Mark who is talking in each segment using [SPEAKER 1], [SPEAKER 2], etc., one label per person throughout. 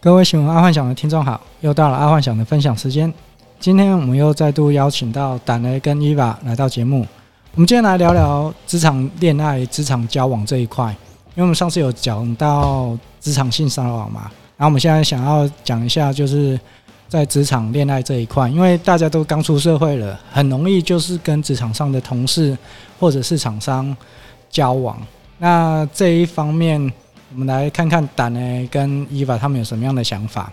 [SPEAKER 1] 各位喜啊欢阿幻想的听众好，又到了阿幻想的分享时间。今天我们又再度邀请到胆雷跟伊娃来到节目。我们今天来聊聊职场恋爱、职场交往这一块，因为我们上次有讲到职场性骚扰嘛，然后我们现在想要讲一下，就是在职场恋爱这一块，因为大家都刚出社会了，很容易就是跟职场上的同事或者是厂商交往。那这一方面，我们来看看胆呢跟伊娃他们有什么样的想法。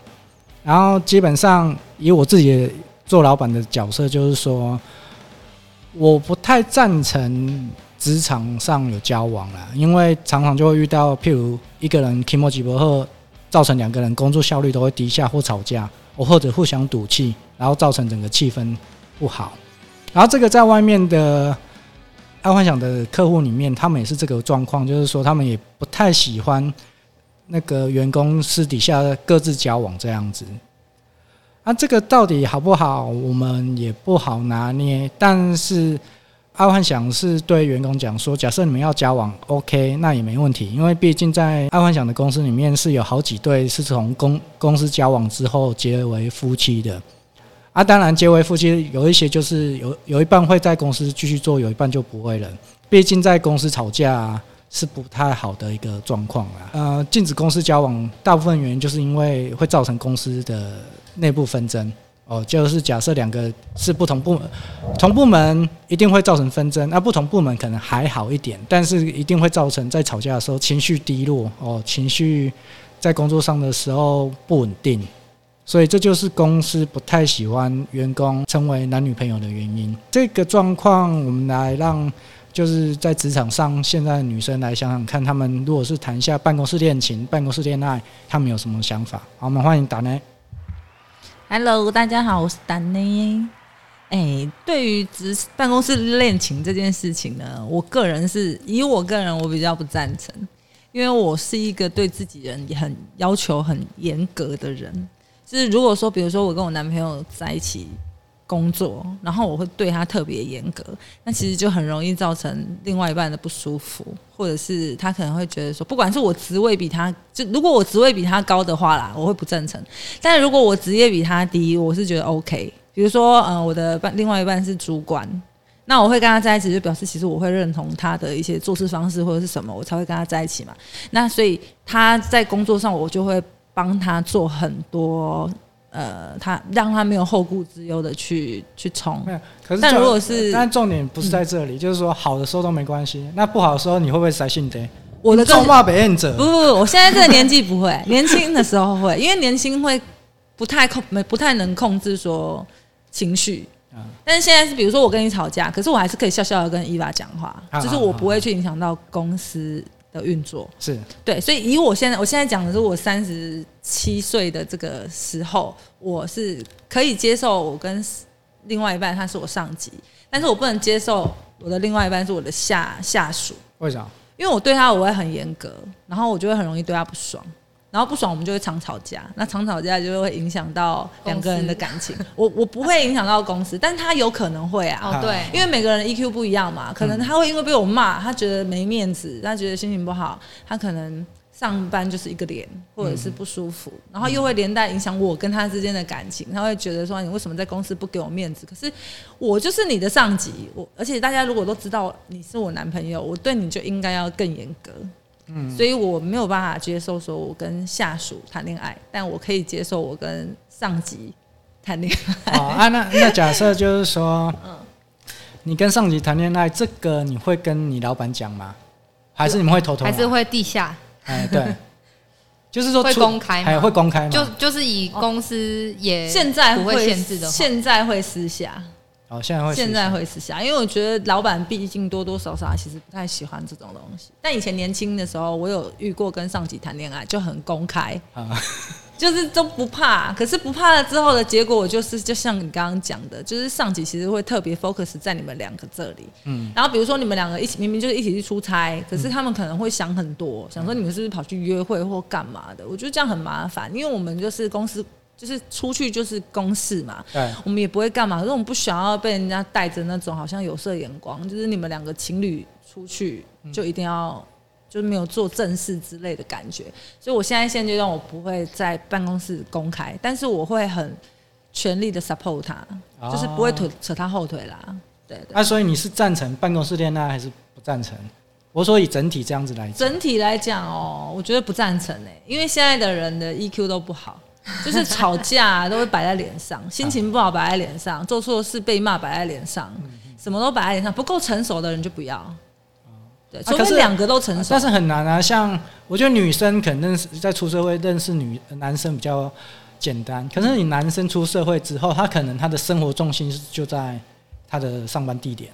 [SPEAKER 1] 然后基本上以我自己做老板的角色，就是说，我不太赞成职场上有交往啦，因为常常就会遇到，譬如一个人 k i m o j i 博后，造成两个人工作效率都会低下或吵架，或或者互相赌气，然后造成整个气氛不好。然后这个在外面的爱幻想的客户里面，他们也是这个状况，就是说他们也不太喜欢那个员工私底下各自交往这样子。啊，这个到底好不好，我们也不好拿捏。但是阿幻想是对员工讲说，假设你们要交往，OK，那也没问题，因为毕竟在阿幻想的公司里面是有好几对是从公公司交往之后结为夫妻的。啊，当然结为夫妻有一些就是有有一半会在公司继续做，有一半就不会了。毕竟在公司吵架、啊、是不太好的一个状况啦。呃，禁止公司交往，大部分原因就是因为会造成公司的内部纷争。哦，就是假设两个是不同部门，同部门一定会造成纷争。那、不同部门可能还好一点，但是一定会造成在吵架的时候情绪低落，哦，情绪在工作上的时候不稳定。所以这就是公司不太喜欢员工成为男女朋友的原因。这个状况，我们来让就是在职场上，现在的女生来想想看，她们如果是谈一下办公室恋情、办公室恋爱，她们有什么想法？好，我们欢迎达呢。
[SPEAKER 2] Hello，大家好，我是丹妮。哎、对于职办公室恋情这件事情呢，我个人是以我个人我比较不赞成，因为我是一个对自己人也很要求很严格的人。就是如果说，比如说我跟我男朋友在一起工作，然后我会对他特别严格，那其实就很容易造成另外一半的不舒服，或者是他可能会觉得说，不管是我职位比他，就如果我职位比他高的话啦，我会不赞成。但如果我职业比他低，我是觉得 OK。比如说，呃，我的半另外一半是主管，那我会跟他在一起，就表示其实呃我会认同他的一些做事方式或者是什么，我才会跟他在一起嘛。那所以他在工作上，我就会帮他做很多，呃，他让他没有后顾之忧的去去冲。
[SPEAKER 1] 没有，可是
[SPEAKER 2] 但
[SPEAKER 1] 重
[SPEAKER 2] 如果是
[SPEAKER 1] 但重点不是在这里，就是说好的时候都没关系，那不好的时候你会不会塞性的？
[SPEAKER 2] 我的个
[SPEAKER 1] 重骂别人
[SPEAKER 2] 不
[SPEAKER 1] 者，
[SPEAKER 2] 不不，我现在这个年纪不会， 年轻的时候会，因为年轻会不太控，没不太能控制说情绪
[SPEAKER 1] 嗯。
[SPEAKER 2] 但是现在是，比如说我跟你吵架，可是我还是可以笑笑的跟伊娃讲话，
[SPEAKER 1] 啊
[SPEAKER 2] 就是我不会去影响到公司的运作。
[SPEAKER 1] 是
[SPEAKER 2] 对，所以以我现在，我现在讲的是我三十七岁的这个时候，我是可以接受我跟另外一半他是我上级，但是我不能接受我的另外一半是我的下下属。
[SPEAKER 1] 为啥？
[SPEAKER 2] 因为我对他我会很严格，然后我就会很容易对他不爽，然后不爽我们就会常吵架，那常吵架就会影响到两个人的感情。我我不会影响到公司，但他有可能会啊，
[SPEAKER 1] 啊
[SPEAKER 3] 哦，对，
[SPEAKER 2] 因为每个人 EQ 不一样嘛，可能他会因为被我骂，他觉得没面子，他觉得心情不好，他可能上班就是一个脸，或者是不舒服，然后又会连带影响我跟他之间的感情，他会觉得说你为什么在公司不给我面子？可是我就是你的上级，我而且大家如果都知道你是我男朋友，我对你就应该要更严格。嗯，所以我没有办法接受说我跟下属谈恋爱，但我可以接受我跟上级谈恋爱。
[SPEAKER 1] 哦啊，那那假设就是说，
[SPEAKER 3] 嗯
[SPEAKER 1] 你跟上级谈恋爱，这个你会跟你老板讲吗？还是你们会偷偷？
[SPEAKER 3] 还是？会地下，
[SPEAKER 1] 哎， 对，就是说
[SPEAKER 3] 会
[SPEAKER 1] 出
[SPEAKER 3] 公开吗
[SPEAKER 1] 哎，会公开吗？
[SPEAKER 3] 就就是以公司也
[SPEAKER 2] 现在
[SPEAKER 3] 不哦会限制的话，
[SPEAKER 2] 现在会私下，
[SPEAKER 1] 哦，现在会，
[SPEAKER 2] 现在会私下，因为我觉得老板毕竟多多少少其实不太喜欢这种东西。但以前年轻的时候，我有遇过跟上级谈恋爱，就很公开，
[SPEAKER 1] 啊，
[SPEAKER 2] 就是都不怕。可是不怕了之后的结果，我就是就像你刚刚讲的，就是上级其实会特别 focus 在你们两个这里。
[SPEAKER 1] 嗯，
[SPEAKER 2] 然后比如说你们两个一起，明明就是一起去出差，可是他们可能会想很多，想说你们是不是跑去约会或干嘛的？我觉得这样很麻烦，因为我们就是公司，就是出去就是公事嘛，
[SPEAKER 1] 对，
[SPEAKER 2] 我们也不会干嘛，可是我们不想要被人家带着那种好像有色眼光，就是你们两个情侣出去就一定要就没有做正事之类的感觉。所以我现在现阶段我不会在办公室公开，但是我会很全力的 support 他，
[SPEAKER 1] 哦
[SPEAKER 2] 就是不会腿扯他后腿啦。对对
[SPEAKER 1] 啊，所以你是赞成办公室恋爱还是不赞成？我说以整体这样子来讲，
[SPEAKER 2] 整体来讲哦，我觉得不赞成哎、因为现在的人的 EQ 都不好，就是吵架啊、都会摆在脸上，心情不好摆在脸上，做错事被骂摆在脸上，什么都摆在脸上。不够成熟的人就不要，对，除
[SPEAKER 1] 啊可
[SPEAKER 2] 非
[SPEAKER 1] 是
[SPEAKER 2] 两个都成熟
[SPEAKER 1] 但。是很难啊。像我觉得女生可能认识在出社会认识女男生比较简单，可是你男生出社会之后，他可能他的生活重心就在他的上班地点。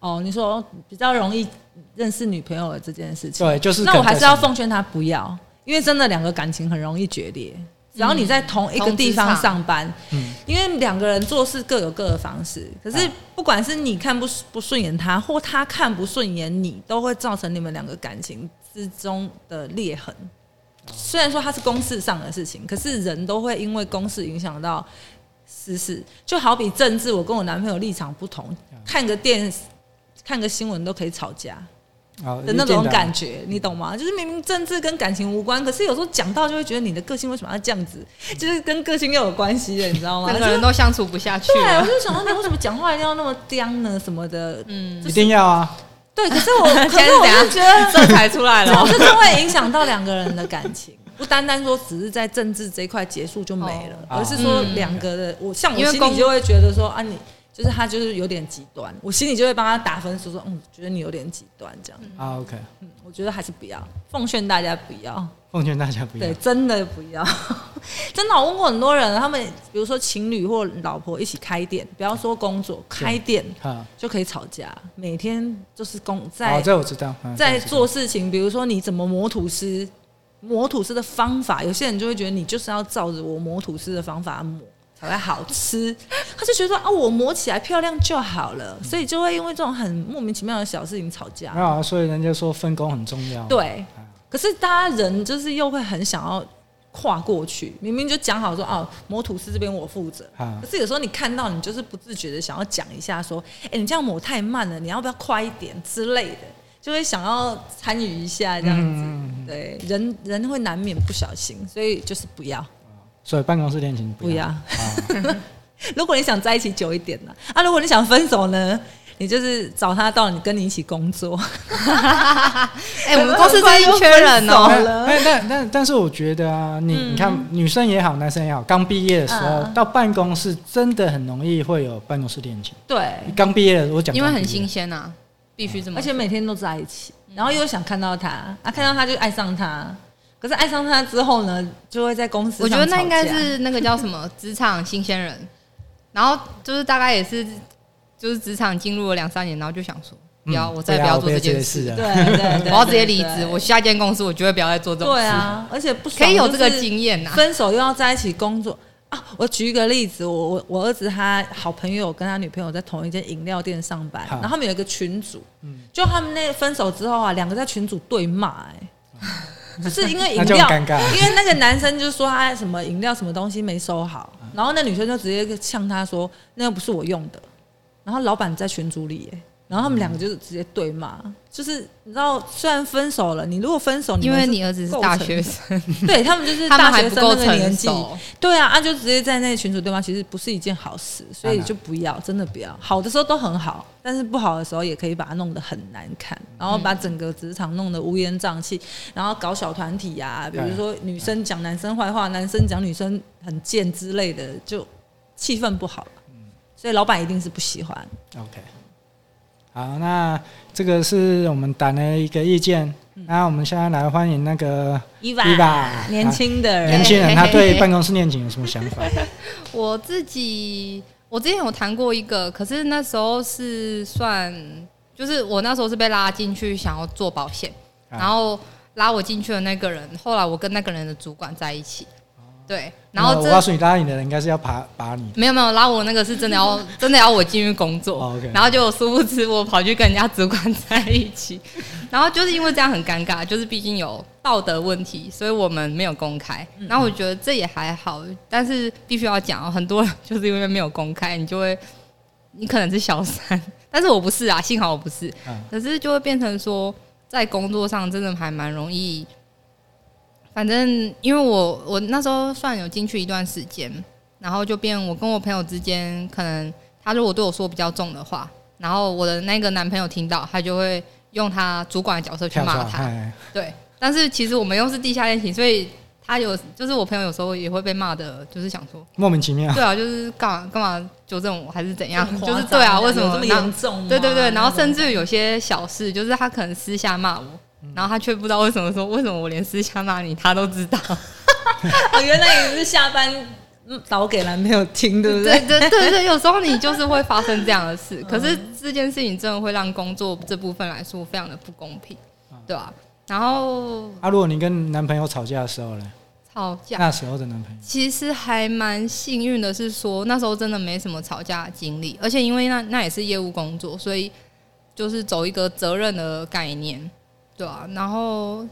[SPEAKER 2] 哦，你说比较容易认识女朋友的这件事情，
[SPEAKER 1] 对，就是
[SPEAKER 2] 那我
[SPEAKER 1] 可能在
[SPEAKER 2] 还是要
[SPEAKER 1] 上班
[SPEAKER 2] 奉劝他不要，因为真的两个感情很容易决裂。只要你在同一个
[SPEAKER 3] 同职
[SPEAKER 2] 地方
[SPEAKER 3] 场
[SPEAKER 2] 上班，
[SPEAKER 1] 嗯
[SPEAKER 2] 因为两个人做事各有各的方式，可是
[SPEAKER 1] 啊
[SPEAKER 2] 不管是你看不不顺眼他，或他看不顺眼你，都会造成你们两个感情之中的裂痕。虽然说它是公事上的事情，可是人都会因为公事影响到私事。就好比政治，我跟我男朋友立场不同，看个电视看个新闻都可以吵架
[SPEAKER 1] 啊
[SPEAKER 2] 的那种感
[SPEAKER 1] 觉。
[SPEAKER 2] 觉，你懂吗？就是明明政治跟感情无关，可是有时候讲到就会觉得你的个性为什么要这样子，就是跟个性又有关系的，你知道 吗？
[SPEAKER 3] 两嗯个人
[SPEAKER 2] 就是
[SPEAKER 3] 都相处不下去
[SPEAKER 2] 对，我
[SPEAKER 3] 了。
[SPEAKER 2] 就想说你为什么讲话一定要那么刁呢？什么的，
[SPEAKER 3] 嗯，
[SPEAKER 1] 一定要啊！
[SPEAKER 2] 对。可是 我，可
[SPEAKER 3] 现在
[SPEAKER 2] 是
[SPEAKER 3] 是
[SPEAKER 2] 我就
[SPEAKER 3] 怎样？
[SPEAKER 2] 觉得
[SPEAKER 3] 这才出来了
[SPEAKER 2] 总。是都会影响到两个人的感情，不单单说只是在政治这一块结束就没了，
[SPEAKER 1] 哦
[SPEAKER 2] 而是说
[SPEAKER 3] 嗯
[SPEAKER 2] 两个的，我像我
[SPEAKER 3] 因为
[SPEAKER 2] 心里
[SPEAKER 3] 公
[SPEAKER 2] 就会觉得说啊你。就是他，就是有点极端，我心里就会帮他打分数，说，嗯，觉得你有点极端，这样，
[SPEAKER 1] 啊，OK，
[SPEAKER 2] 嗯，我觉得还是不要，奉劝大家不要，
[SPEAKER 1] 奉劝大家不要
[SPEAKER 2] 对，。真的不要， 真的，我问过很多人，他们比如说情侣或老婆一起开店，不要说工作，开店
[SPEAKER 1] 啊，
[SPEAKER 2] 就可以吵架，每天就是工在
[SPEAKER 1] 好，哦这我知道。啊
[SPEAKER 2] 在
[SPEAKER 1] 这我
[SPEAKER 2] 做事情，比如说你怎么磨吐司，磨吐司的方法，有些人就会觉得你就是要照着我磨吐司的方法磨才会好吃，他就觉得说啊，我磨起来漂亮就好了，所以就会因为这种很莫名其妙的小事情吵
[SPEAKER 1] 知道
[SPEAKER 2] 架
[SPEAKER 1] 没。有啊，所以人家说分工很重要。
[SPEAKER 2] 对
[SPEAKER 1] 啊，
[SPEAKER 2] 可是大家人就是又会很想要跨过去，明明就讲好说啊，磨吐司这边我负责。
[SPEAKER 1] 啊
[SPEAKER 2] 可，是有时候你看到，你就是不自觉的想要讲一下，说：“哎、你这样抹太慢了，你要不要快一点之类的？”就会想要参与一下这样子。
[SPEAKER 1] 嗯
[SPEAKER 2] 对，人人会难免不小心，所以就是不要
[SPEAKER 1] 所以办公室恋情
[SPEAKER 2] 不 要。
[SPEAKER 1] 啊，
[SPEAKER 2] 如果你想在一起久一点呢、啊，如果你想分手呢，你就是找他到你跟你一起工作。
[SPEAKER 3] 哎，我们公司 最近缺人
[SPEAKER 2] 好
[SPEAKER 3] 哦。
[SPEAKER 2] 了
[SPEAKER 1] 但哎但但但是我觉得啊，你
[SPEAKER 2] 嗯
[SPEAKER 1] 你看，女生也好，男生也好，刚毕业的时候
[SPEAKER 2] 嗯
[SPEAKER 1] 到办公室，真的很容易会有办公室恋情。
[SPEAKER 2] 对，
[SPEAKER 1] 刚毕业的时候，我讲
[SPEAKER 3] 因为
[SPEAKER 1] 刚
[SPEAKER 3] 很
[SPEAKER 1] 毕业
[SPEAKER 3] 新鲜呐，必须这么
[SPEAKER 2] 而。且每天都在一起，然后又想看到他啊，看到他就爱上他。可是爱上他之后呢，就会在公司
[SPEAKER 3] 我觉得那
[SPEAKER 2] 上
[SPEAKER 3] 应该
[SPEAKER 2] 吵架
[SPEAKER 3] 是那个叫什么职场新鲜人，然后就是大概也是就是职场进入了两三年，然后就想说不要，
[SPEAKER 1] 嗯
[SPEAKER 3] 我再不
[SPEAKER 1] 对啊
[SPEAKER 3] 要
[SPEAKER 1] 我
[SPEAKER 3] 做这件
[SPEAKER 1] 件
[SPEAKER 3] 事，
[SPEAKER 1] 了。
[SPEAKER 2] 对对对，
[SPEAKER 3] 我要直接离
[SPEAKER 2] 对
[SPEAKER 3] 职，我下一间公司我绝对不要再做这种
[SPEAKER 2] 对
[SPEAKER 3] 事。
[SPEAKER 2] 啊，而且不爽
[SPEAKER 3] 可以有这个
[SPEAKER 2] 就是
[SPEAKER 3] 经验啊呐，
[SPEAKER 2] 分手又要在一起工作啊！我举一个例子，我我我儿子他好朋友跟他女朋友在同一间饮料店上班，
[SPEAKER 1] 好
[SPEAKER 2] 然后他们有一个群组，
[SPEAKER 1] 嗯
[SPEAKER 2] 就他们那分手之后啊，两个在群组对骂、 哎。就是因为饮
[SPEAKER 1] 那就很
[SPEAKER 2] 料，
[SPEAKER 1] 尴尬
[SPEAKER 2] 因为那个男生就说他什么饮料什么东西没收好，
[SPEAKER 1] 啊
[SPEAKER 2] 然后那女生就直接呛他说那又不是我用的，然后老板在群组里、哎然后他们两个就是直接对骂，就是你知道，虽然分手了，你如果分手，
[SPEAKER 3] 因为
[SPEAKER 2] 们是
[SPEAKER 3] 你儿子是大学生，
[SPEAKER 2] 对他们就是
[SPEAKER 3] 他们
[SPEAKER 2] 大
[SPEAKER 3] 还
[SPEAKER 2] 学
[SPEAKER 3] 不
[SPEAKER 2] 生
[SPEAKER 3] 够
[SPEAKER 2] 那个年
[SPEAKER 3] 成
[SPEAKER 2] 纪，
[SPEAKER 3] 熟。
[SPEAKER 2] 对啊，啊就直接在那个群组对骂，其实不是一件好事，所以就不要，真的不要。好的时候都很好，但是不好的时候也可以把它弄得很难看，然后
[SPEAKER 1] 嗯
[SPEAKER 2] 把整个职场弄得乌烟瘴气，然后搞小团体呀、比如说女生讲男生坏话，男生讲女生很贱之类的，就气氛不好。
[SPEAKER 1] 嗯
[SPEAKER 2] 所以老板一定是不喜欢，
[SPEAKER 1] OK，好，那这个是我们党的一个意见。
[SPEAKER 2] 嗯
[SPEAKER 1] 那我们现在来欢迎那个
[SPEAKER 2] 伊
[SPEAKER 1] Eva，
[SPEAKER 2] 年轻的人，
[SPEAKER 1] 年轻人，
[SPEAKER 3] 哎嘿嘿
[SPEAKER 1] 他对
[SPEAKER 3] 嘿
[SPEAKER 1] 办公室恋情有什么想法？
[SPEAKER 3] 我自己我之前有谈过一个，可是那时候是算，就是我那时候是被拉进去想要做保险，
[SPEAKER 1] 啊
[SPEAKER 3] 然后拉我进去的那个人，后来我跟那个人的主管在一起，对， 然后
[SPEAKER 1] 我
[SPEAKER 3] 这
[SPEAKER 1] 告。诉你，拉你的人应该是要爬把你。
[SPEAKER 3] 没有没有拉我那个是真的要 真的要我进去工作
[SPEAKER 1] 哦，OK
[SPEAKER 3] 然后就殊不知我跑去跟人家主管在一起， 然后就是因为这样很尴尬，就是毕竟有道德问题，所以我们没有公开。
[SPEAKER 1] 嗯
[SPEAKER 3] 然后我觉得这也还好，但是必须要讲哦，很多人就是因为没有公开，你就会 你可能是小三，但是我不是啊，幸好我不是，
[SPEAKER 1] 嗯
[SPEAKER 3] 可是就会变成说。在工作上真的还蛮容易。反正因为我我那时候算有进去一段时间，然后就变我跟我朋友之间，可能他如果对我说比较重的话，然后我的那个男朋友听到，他就会用他主管的角色去
[SPEAKER 1] 跳出
[SPEAKER 3] 骂
[SPEAKER 1] 来，
[SPEAKER 3] 他。
[SPEAKER 1] 哎，
[SPEAKER 3] 对，但是其实我们又是地下恋情，所以他有就是我朋友有时候也会被骂的，就是想说，
[SPEAKER 1] 莫名其妙，
[SPEAKER 3] 对啊，就是干嘛干嘛纠正我，还是怎样？
[SPEAKER 2] 这么
[SPEAKER 3] 就是
[SPEAKER 2] 夸张
[SPEAKER 3] 对啊，为什
[SPEAKER 2] 有
[SPEAKER 3] 么
[SPEAKER 2] 这么
[SPEAKER 3] 然后
[SPEAKER 2] 严重吗？
[SPEAKER 3] 对对对，然后 甚
[SPEAKER 2] 至
[SPEAKER 3] 至有些小事，就是他可能私下骂我，然后他却不知道为什么说为什么我连私下骂你他都知道，
[SPEAKER 2] 哦原来你是下班嗯导给男朋友听，对不对？。
[SPEAKER 3] 对对对对，有时候你就是会发生这样的事，可是这件事情真的会让工作这部分来说非常的不公平，对吧、然后
[SPEAKER 1] 啊，如果你跟男朋友吵架的时候呢？
[SPEAKER 3] 吵架，
[SPEAKER 1] 那时候的男朋友，
[SPEAKER 3] 其实还蛮幸运的，是说那时候真的没什么吵架的经历，而且因为那那也是业务工作，所以就是走一个责任的概念，对啊。然后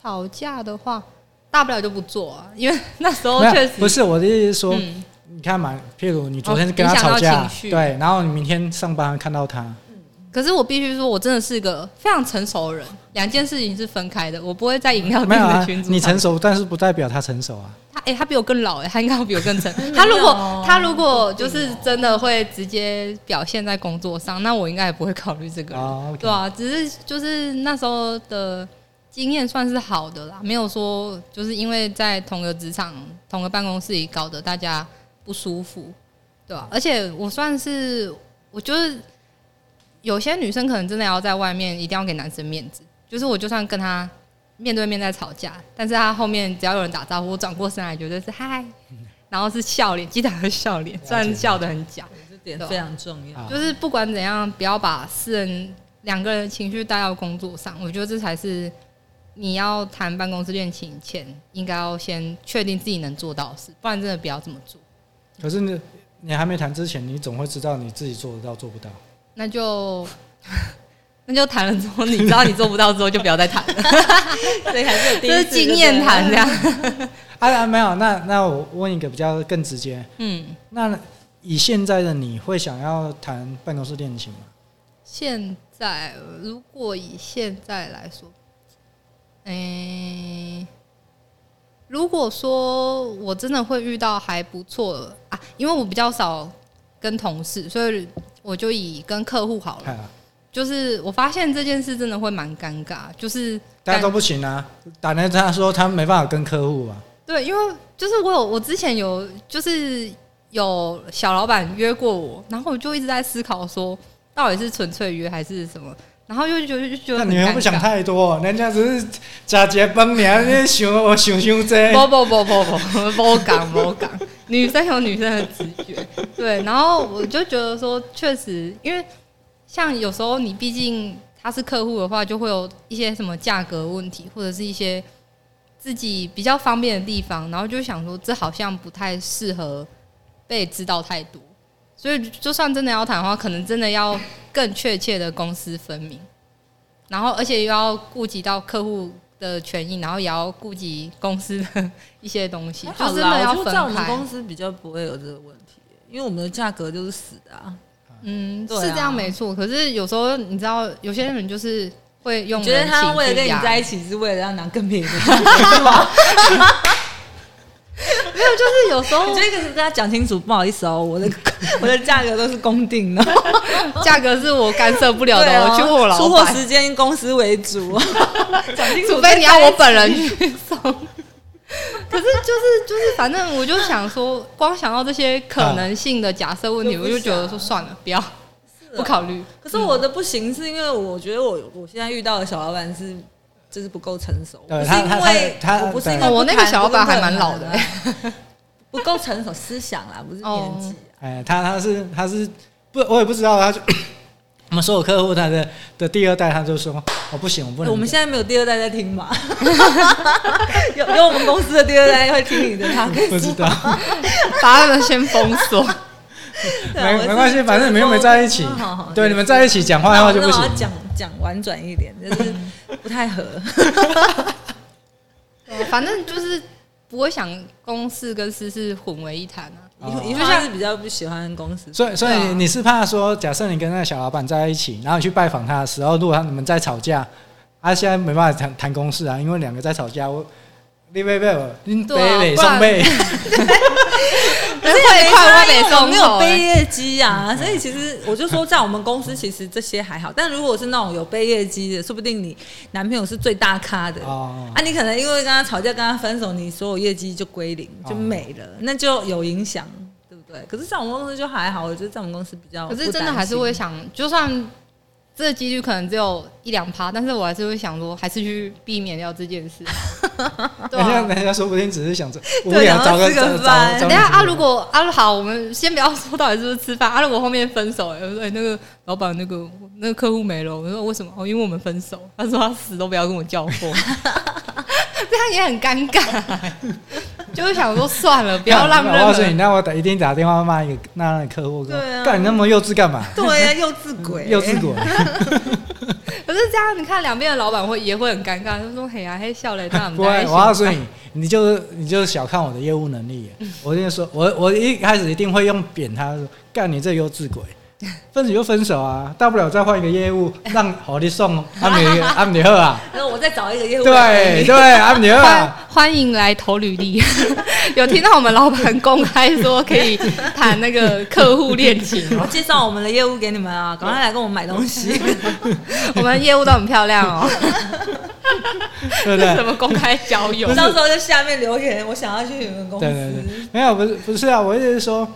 [SPEAKER 3] 吵架的话，大不了就不做啊，因为那时候
[SPEAKER 1] 没有
[SPEAKER 3] 确实
[SPEAKER 1] 不是我的意思是说，
[SPEAKER 3] 嗯，
[SPEAKER 1] 你看嘛，譬如你昨天
[SPEAKER 3] 哦
[SPEAKER 1] 跟他
[SPEAKER 3] 影响
[SPEAKER 1] 吵
[SPEAKER 3] 到
[SPEAKER 1] 架，
[SPEAKER 3] 情绪
[SPEAKER 1] 对，然后你明天上班看到他，
[SPEAKER 3] 可是我必须说，我真的是个非常成熟的人，两件事情是分开的，我不会在饮料
[SPEAKER 1] 没
[SPEAKER 3] 店
[SPEAKER 1] 有
[SPEAKER 3] 哦的
[SPEAKER 1] 啊
[SPEAKER 3] 群，组、
[SPEAKER 1] 你成熟，但是不代表他成熟啊。
[SPEAKER 3] 他哎、他比我更老哎、他应该会比我更成 他如
[SPEAKER 2] 没有
[SPEAKER 3] 果他如果就是真的会直接表现在工作上，那我应该也不会考虑这个人。
[SPEAKER 1] 哦，OK
[SPEAKER 3] 对啊，只是就是那时候的经验算是好的啦，没有说就是因为在同个职场、同个办公室里搞得大家不舒服，对啊吧、而且我算是，我就是有些女生可能真的要在外面一定要给男生面子，就是我就算跟他面对面在吵架，但是他后面只要有人打招呼，我转过身来绝对是嗨，然后是笑脸，记得还是笑脸，虽然笑得很假，
[SPEAKER 2] 这点非常重要
[SPEAKER 1] 啊。
[SPEAKER 3] 就是不管怎样，不要把私人两个人的情绪带到工作上。我觉得这才是你要谈办公室恋情前，应该要先确定自己能做到的事，不然真的不要这么做。
[SPEAKER 1] 可是你你还没谈之前，你总会知道你自己做得到做不到。
[SPEAKER 3] 那就 那就谈了之后，你知道你做不到之后，就不要再谈了，
[SPEAKER 2] 所以还是 有第一
[SPEAKER 3] 这是
[SPEAKER 2] 次
[SPEAKER 3] 经验谈这。样。
[SPEAKER 1] 啊啊，没有，那那我问一个比较更直接，
[SPEAKER 3] 嗯，
[SPEAKER 1] 那以现在的你会想要谈办公室恋情吗？
[SPEAKER 3] 现在呃如果以现在来说，诶、如果说我真的会遇到还不错的啊，因为我比较少跟同事，所以我就以跟客户
[SPEAKER 2] 哦
[SPEAKER 3] 好了。
[SPEAKER 1] 啊，
[SPEAKER 3] 就是我发现这件事真的会蛮尴尬，就是
[SPEAKER 1] 大家
[SPEAKER 3] 感
[SPEAKER 1] 都不行啊，打来他说他没办法跟客户啊，
[SPEAKER 3] 对，因为就是我有我之前有就是有小老板约过我，然后我就一直在思考说到底是纯粹约还是什么，然后又觉得就觉
[SPEAKER 1] 那
[SPEAKER 3] 得很
[SPEAKER 1] 你们
[SPEAKER 3] 尴
[SPEAKER 1] 不想
[SPEAKER 3] 尬
[SPEAKER 1] 太多，人家只是假结崩你啊，你想我想想这
[SPEAKER 3] 不不不不不 不讲不讲，女生有女生的直觉，对。然后我就觉得说，确实，因为像有时候你毕竟他是客户的话，就会有一些什么价格问题，或者是一些自己比较方便的地方，然后就想说，这好像不太适合被知道太多。所以，就算真的要谈的话，可能真的要更确切的公私分明，然后而且又要顾及到客户的权益，然后也要顾及公司的 一些东西，就
[SPEAKER 2] 好
[SPEAKER 3] 真的
[SPEAKER 2] 啦，
[SPEAKER 3] 要
[SPEAKER 2] 我觉得在我
[SPEAKER 3] 分
[SPEAKER 2] 们
[SPEAKER 3] 开
[SPEAKER 2] 公。司比较不会有这个问题，因为我们的价格就是死的啊。
[SPEAKER 3] 嗯，
[SPEAKER 2] 对啊
[SPEAKER 3] 是这样没错。可是有时候你知道，有些人就是会用
[SPEAKER 2] 你觉得
[SPEAKER 3] 人情
[SPEAKER 2] 他为了
[SPEAKER 3] 去
[SPEAKER 2] 跟你
[SPEAKER 3] 压
[SPEAKER 2] 在一起，是为了要拿更便宜的价格
[SPEAKER 3] 没有，就是有时
[SPEAKER 2] 我
[SPEAKER 3] 候
[SPEAKER 2] 觉得可是跟他讲清楚，不好意思哦，我的 我的价格都是公定 的，
[SPEAKER 3] 价格是我干涉不了
[SPEAKER 2] 对
[SPEAKER 3] 的，
[SPEAKER 2] 啊
[SPEAKER 3] 我去问我老
[SPEAKER 2] 出货
[SPEAKER 3] 板，
[SPEAKER 2] 时间公司为主， 讲清楚
[SPEAKER 3] 除非你要我本人去送。可是就是就是，反正我就想说，光想到这些可能性的假设问题，
[SPEAKER 2] 啊
[SPEAKER 3] 我就觉得说算了，不啊要
[SPEAKER 2] 哦
[SPEAKER 3] 不考虑。
[SPEAKER 2] 可是我的不行，是因为我觉得我我现在遇到的小老板是就是不够成熟，
[SPEAKER 1] 对
[SPEAKER 2] 不是
[SPEAKER 1] 他
[SPEAKER 2] 因为
[SPEAKER 1] 他他
[SPEAKER 2] 我不是
[SPEAKER 1] 对
[SPEAKER 2] 因为
[SPEAKER 3] 哦我那个
[SPEAKER 2] 不谈
[SPEAKER 3] 小老板
[SPEAKER 2] 不是
[SPEAKER 3] 还蛮老
[SPEAKER 2] 很
[SPEAKER 3] 的
[SPEAKER 2] 难啊不够成熟思想啦，不是年纪啊。
[SPEAKER 1] 哎，他他是他是不，我也不知道，啊他就我们所有客户他的的第二代，他就说我不行，我不能跟。
[SPEAKER 2] 我们现在没有第二代在听嘛，有有我们公司的第二代会听你的，他可以
[SPEAKER 1] 不知道，
[SPEAKER 3] 把他们先封 锁。
[SPEAKER 2] 对啊
[SPEAKER 1] 没
[SPEAKER 2] 我是
[SPEAKER 1] 没关系，反正你们又没在一起
[SPEAKER 2] 嗯好好，
[SPEAKER 1] 对，你们在一起讲话的
[SPEAKER 2] 那
[SPEAKER 1] 话
[SPEAKER 2] 我
[SPEAKER 1] 就不
[SPEAKER 2] 那我
[SPEAKER 1] 行
[SPEAKER 2] 要。讲讲婉转一点，就是不太合。
[SPEAKER 3] 对呃反正就是不会想公事跟私事混为一谈啊。
[SPEAKER 1] 哦
[SPEAKER 2] 你就像是比较不喜欢公司，
[SPEAKER 1] 所以，所以
[SPEAKER 3] 对啊
[SPEAKER 1] 你是怕说，假设你跟那个小老板在一起，然后你去拜访他的时候，如果他你们在吵架，啊，现在没办法谈谈公事啊，因为两个在吵架，我你贝贝，你
[SPEAKER 3] 对啊
[SPEAKER 1] 贝贝
[SPEAKER 3] 不然
[SPEAKER 1] 上贝，
[SPEAKER 3] 人会快，
[SPEAKER 2] 因
[SPEAKER 3] 我得
[SPEAKER 2] 为我
[SPEAKER 3] 送欸嗯
[SPEAKER 2] 没有
[SPEAKER 3] 头
[SPEAKER 2] 背业绩啊，所以其实我就说，在我们公司其实这些还好，但如果是那种有背业绩的，说不定你男朋友是最大咖的
[SPEAKER 1] 哦
[SPEAKER 2] 啊，你可能因为跟他吵架、跟他分手，你所有业绩就归零，
[SPEAKER 1] 哦
[SPEAKER 2] 就没了，那就有影响，对不对？可是在我们公司就还好，我觉得在我们公司比较不
[SPEAKER 3] 可
[SPEAKER 2] 担心，
[SPEAKER 3] 是真的还是会想，就算这个几率可能只有一两趴，但是我还是会想说，还是去避免掉这件 事。 对
[SPEAKER 1] 人家
[SPEAKER 3] 啊，
[SPEAKER 1] 人家说不定只是想着无
[SPEAKER 2] 对然
[SPEAKER 1] 聊找
[SPEAKER 2] 后
[SPEAKER 1] 个
[SPEAKER 2] 吃
[SPEAKER 1] 找
[SPEAKER 2] 个
[SPEAKER 1] 找
[SPEAKER 2] 饭
[SPEAKER 1] 找
[SPEAKER 3] 等
[SPEAKER 1] 个
[SPEAKER 3] 一下
[SPEAKER 1] 理由
[SPEAKER 3] 啊，如果啊好，我们先不要说到底是不是吃饭啊，如果后面分手、欸，我说、欸、那个老板那个那个客户没了，我说为什么？哦，因为我们分手，他说他死都不要跟我交 货，这样也很尴尬，就会想说算了，不要让
[SPEAKER 1] 那我
[SPEAKER 3] 任
[SPEAKER 1] 告
[SPEAKER 3] 何
[SPEAKER 1] 诉你，那我打一定打电话骂一个那那个客户，
[SPEAKER 2] 对啊
[SPEAKER 1] 干你那么幼稚干嘛？
[SPEAKER 2] 对呀、幼稚 鬼，
[SPEAKER 1] 幼稚鬼，
[SPEAKER 3] 可是这样，你看两边的老板会也会很尴尬，就说嘿呀、啊嘿笑嘞，那
[SPEAKER 1] 不会，我告诉你，你就是你就是小看我的业务能力 耶。我跟你说，我我一开始一定会用扁他，说干你这幼稚 鬼，分手就分手啊，大不了再换一个业务，让好的送阿米阿米赫 啊，
[SPEAKER 2] 然后我再找一个业务来给
[SPEAKER 1] 对
[SPEAKER 2] 你
[SPEAKER 1] 对阿米赫
[SPEAKER 3] 欢
[SPEAKER 1] 啊，
[SPEAKER 3] 欢迎来投履历， 有听到我们老板公开说可以谈那个客户恋情，
[SPEAKER 2] 我介绍我们的业务给你们啊，赶快来跟我们买东 西。
[SPEAKER 3] 我们业务都很漂亮哦，
[SPEAKER 1] 对不
[SPEAKER 3] 这是
[SPEAKER 1] 对
[SPEAKER 3] 什？么公开交友？
[SPEAKER 2] 到时候在下面留言，我想要去你们公司。
[SPEAKER 1] 对对对，没有不是不是啊，我意思是说，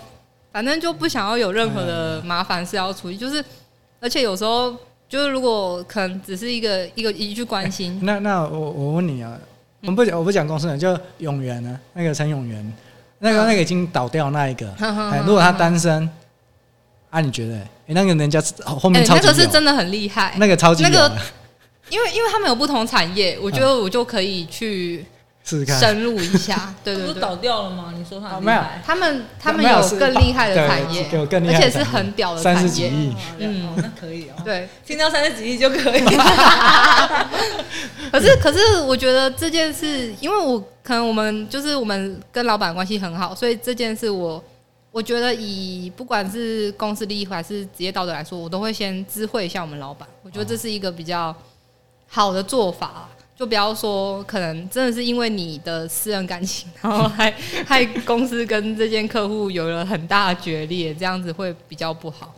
[SPEAKER 3] 反正就不想要有任何的
[SPEAKER 1] 嗯
[SPEAKER 3] 麻烦事要处理，就是而且有时候就是如果可能只是一个一个一句关心，
[SPEAKER 1] 那那我我问你啊，
[SPEAKER 3] 嗯
[SPEAKER 1] 我们不讲我不讲公司了，就永源呢、那个陈永源，那
[SPEAKER 3] 嗯
[SPEAKER 1] 个那个已经倒掉那 一个，
[SPEAKER 3] 哼哼
[SPEAKER 1] 哎，如果他单身，啊，你觉得、哎那个人家哦后
[SPEAKER 3] 哎、
[SPEAKER 1] 面超
[SPEAKER 3] 那
[SPEAKER 1] 级有、
[SPEAKER 3] 个是真的很厉害，
[SPEAKER 1] 那个超级有
[SPEAKER 3] 那
[SPEAKER 1] 的
[SPEAKER 3] 个因为因为他们有不同产业，我觉得我就可以去
[SPEAKER 1] 试试看，
[SPEAKER 3] 深入一 下，对对
[SPEAKER 2] 不是
[SPEAKER 3] 对。哦
[SPEAKER 2] 倒掉了吗？你说
[SPEAKER 1] 啊
[SPEAKER 2] 他很厉
[SPEAKER 1] 没有
[SPEAKER 2] 害，哦
[SPEAKER 3] 他们他们
[SPEAKER 1] 没
[SPEAKER 3] 有
[SPEAKER 1] 是
[SPEAKER 3] 更厉害的
[SPEAKER 1] 对
[SPEAKER 3] 产业，
[SPEAKER 1] 有更厉害的
[SPEAKER 3] 而且
[SPEAKER 1] 产
[SPEAKER 3] 是
[SPEAKER 1] 业
[SPEAKER 3] 很屌的
[SPEAKER 1] 三十
[SPEAKER 3] 产
[SPEAKER 1] 几
[SPEAKER 3] 业。
[SPEAKER 1] 亿，
[SPEAKER 2] 嗯，
[SPEAKER 3] 嗯
[SPEAKER 2] 哦那可以哦，
[SPEAKER 3] 对，
[SPEAKER 2] 听到三十几亿就可 以。
[SPEAKER 3] 可是可是我觉得这件事，因为我可能我们就是我们跟老板关系很好，所以这件事我我觉得以不管是公司利益还是职业道德来说，我都会先知会一下我们老板。我觉得这是一个比较好的做法啊。就不要说，可能真的是因为你的私人感情，然后还害公司跟这间客户有了很大的决裂，这样子会比较不好。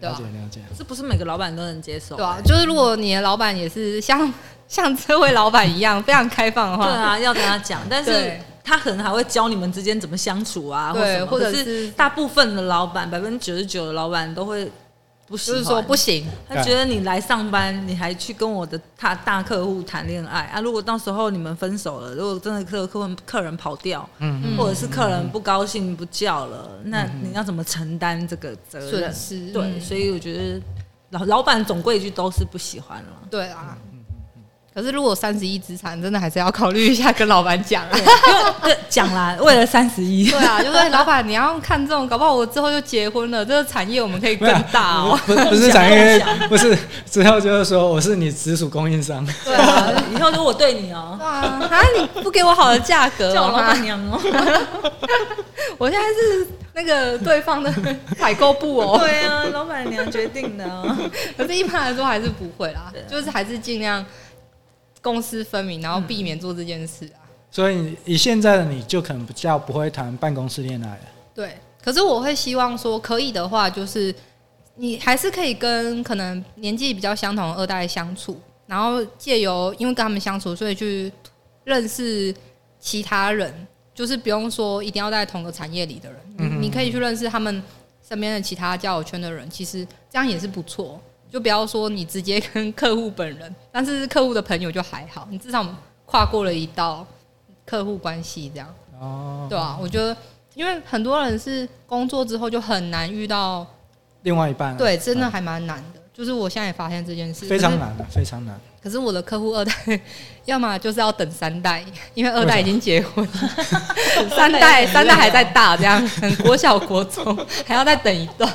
[SPEAKER 3] 对
[SPEAKER 1] 了
[SPEAKER 3] 啊
[SPEAKER 1] 解了解，
[SPEAKER 2] 这不是每个老板都能接受。
[SPEAKER 3] 对啊，就是如果你的老板也是像 像这位老板一样非常开放的
[SPEAKER 2] 对
[SPEAKER 3] 话，
[SPEAKER 2] 啊，要跟他讲，但是
[SPEAKER 3] 对
[SPEAKER 2] 他可能还会教你们之间怎么相处啊，
[SPEAKER 3] 对
[SPEAKER 2] 什么
[SPEAKER 3] 或者
[SPEAKER 2] 可是
[SPEAKER 3] 是
[SPEAKER 2] 大部分的老板，百分之九十九的老板都会不喜
[SPEAKER 3] 就
[SPEAKER 2] 欢
[SPEAKER 3] 是说不行，
[SPEAKER 2] 他觉得你来上班，你还去跟我的大大客户谈恋爱啊？如果到时候你们分手了，如果真的客客人客人跑掉，
[SPEAKER 1] 嗯
[SPEAKER 3] 嗯
[SPEAKER 2] 或者是客人不高兴不叫了，那你要怎么承担这个责任
[SPEAKER 3] 损？失
[SPEAKER 2] 对，
[SPEAKER 3] 嗯
[SPEAKER 2] 所以我觉得老老板总归一句都是不喜欢了。
[SPEAKER 3] 对啊。可是如果三十亿资产，真的还是要考虑一下跟老板讲啊。
[SPEAKER 2] 对，讲啦，为了三十一
[SPEAKER 3] 对，啊，就说老板你要看中，搞不好我之后就结婚了，这个产业我们可以更大哦。
[SPEAKER 1] 不不 是
[SPEAKER 2] 想
[SPEAKER 1] 产业
[SPEAKER 2] 都不，
[SPEAKER 1] 不是之后就是说我是你直属供应商，
[SPEAKER 3] 对啊，
[SPEAKER 2] 以后就我 对你哦、
[SPEAKER 3] 对啊，啊你不给我好的价格、
[SPEAKER 2] 叫
[SPEAKER 3] 哦
[SPEAKER 2] 我，老板娘 哦、
[SPEAKER 3] 我现在是那个对方的采购部哦。
[SPEAKER 2] 对啊，老板娘决定的、哦。
[SPEAKER 3] 可是一般来说还是不会啦
[SPEAKER 2] 对啊，
[SPEAKER 3] 就是还是尽量公私分明，然后避免做这件事啊。
[SPEAKER 1] 所以以现在的你就可能比较不会谈办公室恋爱了。
[SPEAKER 3] 对，可是我会希望说，可以的话，就是你还是可以跟可能年纪比较相同的二代相处，然后借由因为跟他们相处，所以去认识其他人，就是不用说一定要在同个产业里的人，
[SPEAKER 1] 嗯
[SPEAKER 3] 你你可以去认识他们身边的其他交友圈的人，其实这样也是不错。就不要说你直接跟客户本人，但是客户的朋友就还好，你至少跨过了一道客户关系这样。
[SPEAKER 1] 哦，
[SPEAKER 3] 对啊，我觉得，因为很多人是工作之后就很难遇到，
[SPEAKER 1] 另外一半啊
[SPEAKER 3] 对，真的还蛮难的。就是我现在也发现这件事，
[SPEAKER 1] 非常
[SPEAKER 3] 可是。
[SPEAKER 1] 难啊，非常难。
[SPEAKER 3] 可是我的客户二代， 要么就是要等三代，因为二代已经结婚，三代 三代还在大，这样可能国小 国中还要再等一段。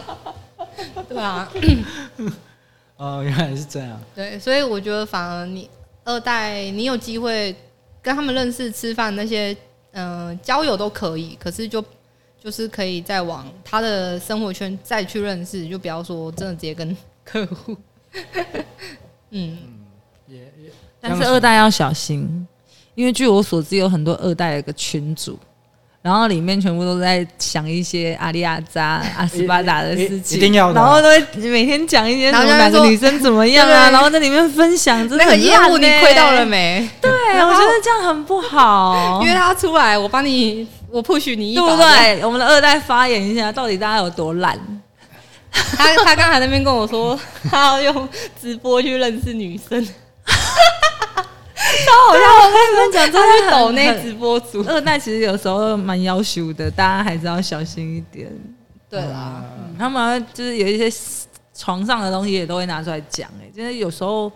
[SPEAKER 3] 对啊，
[SPEAKER 1] 哦，原来是这样。
[SPEAKER 3] 对，所以我觉得反而你二代，你有机会跟他们认识、吃饭那些，嗯、交友都可以。可是就就是可以再往他的生活圈再去认识，就不要说真的直接跟客户。嗯，
[SPEAKER 1] 也也
[SPEAKER 2] 但是二代要小心，因为据我所知有很多二代有一个群组，然后里面全部都在想一些阿利亚扎、 阿斯巴达的事
[SPEAKER 1] 一
[SPEAKER 2] 情，
[SPEAKER 1] 一定要的
[SPEAKER 2] 然
[SPEAKER 1] 啊
[SPEAKER 2] 后都会每天讲一些什
[SPEAKER 3] 然后
[SPEAKER 2] 么
[SPEAKER 3] 就在
[SPEAKER 2] 哪个
[SPEAKER 3] 说
[SPEAKER 2] 女生怎么样啊，
[SPEAKER 3] 对
[SPEAKER 2] 然后在里面分享， 真的
[SPEAKER 3] 那个
[SPEAKER 2] 很
[SPEAKER 3] 业务
[SPEAKER 2] 烂
[SPEAKER 3] 你
[SPEAKER 2] 欸
[SPEAKER 3] 亏到了？没？
[SPEAKER 2] 对，我觉得这样很不好，
[SPEAKER 3] 约他出来，我帮你，我 push 你一
[SPEAKER 2] 对
[SPEAKER 3] 把。
[SPEAKER 2] 不？对？我们的二代发言一下，到底大家有多懒？
[SPEAKER 3] 他他刚才那边跟我说， 他要用直播去认识女生，超好笑。
[SPEAKER 2] 他们讲
[SPEAKER 3] 他
[SPEAKER 2] 真
[SPEAKER 3] 是
[SPEAKER 2] 的
[SPEAKER 3] 抖
[SPEAKER 2] 抖
[SPEAKER 3] 内直播主，
[SPEAKER 2] 二代其实有时候蛮要求的，大家还是要小心一点。
[SPEAKER 3] 对
[SPEAKER 1] 啊呃
[SPEAKER 3] 啦，
[SPEAKER 2] 嗯他们好像就是有一些床上的东西也都会拿出来讲，哎，就是有时候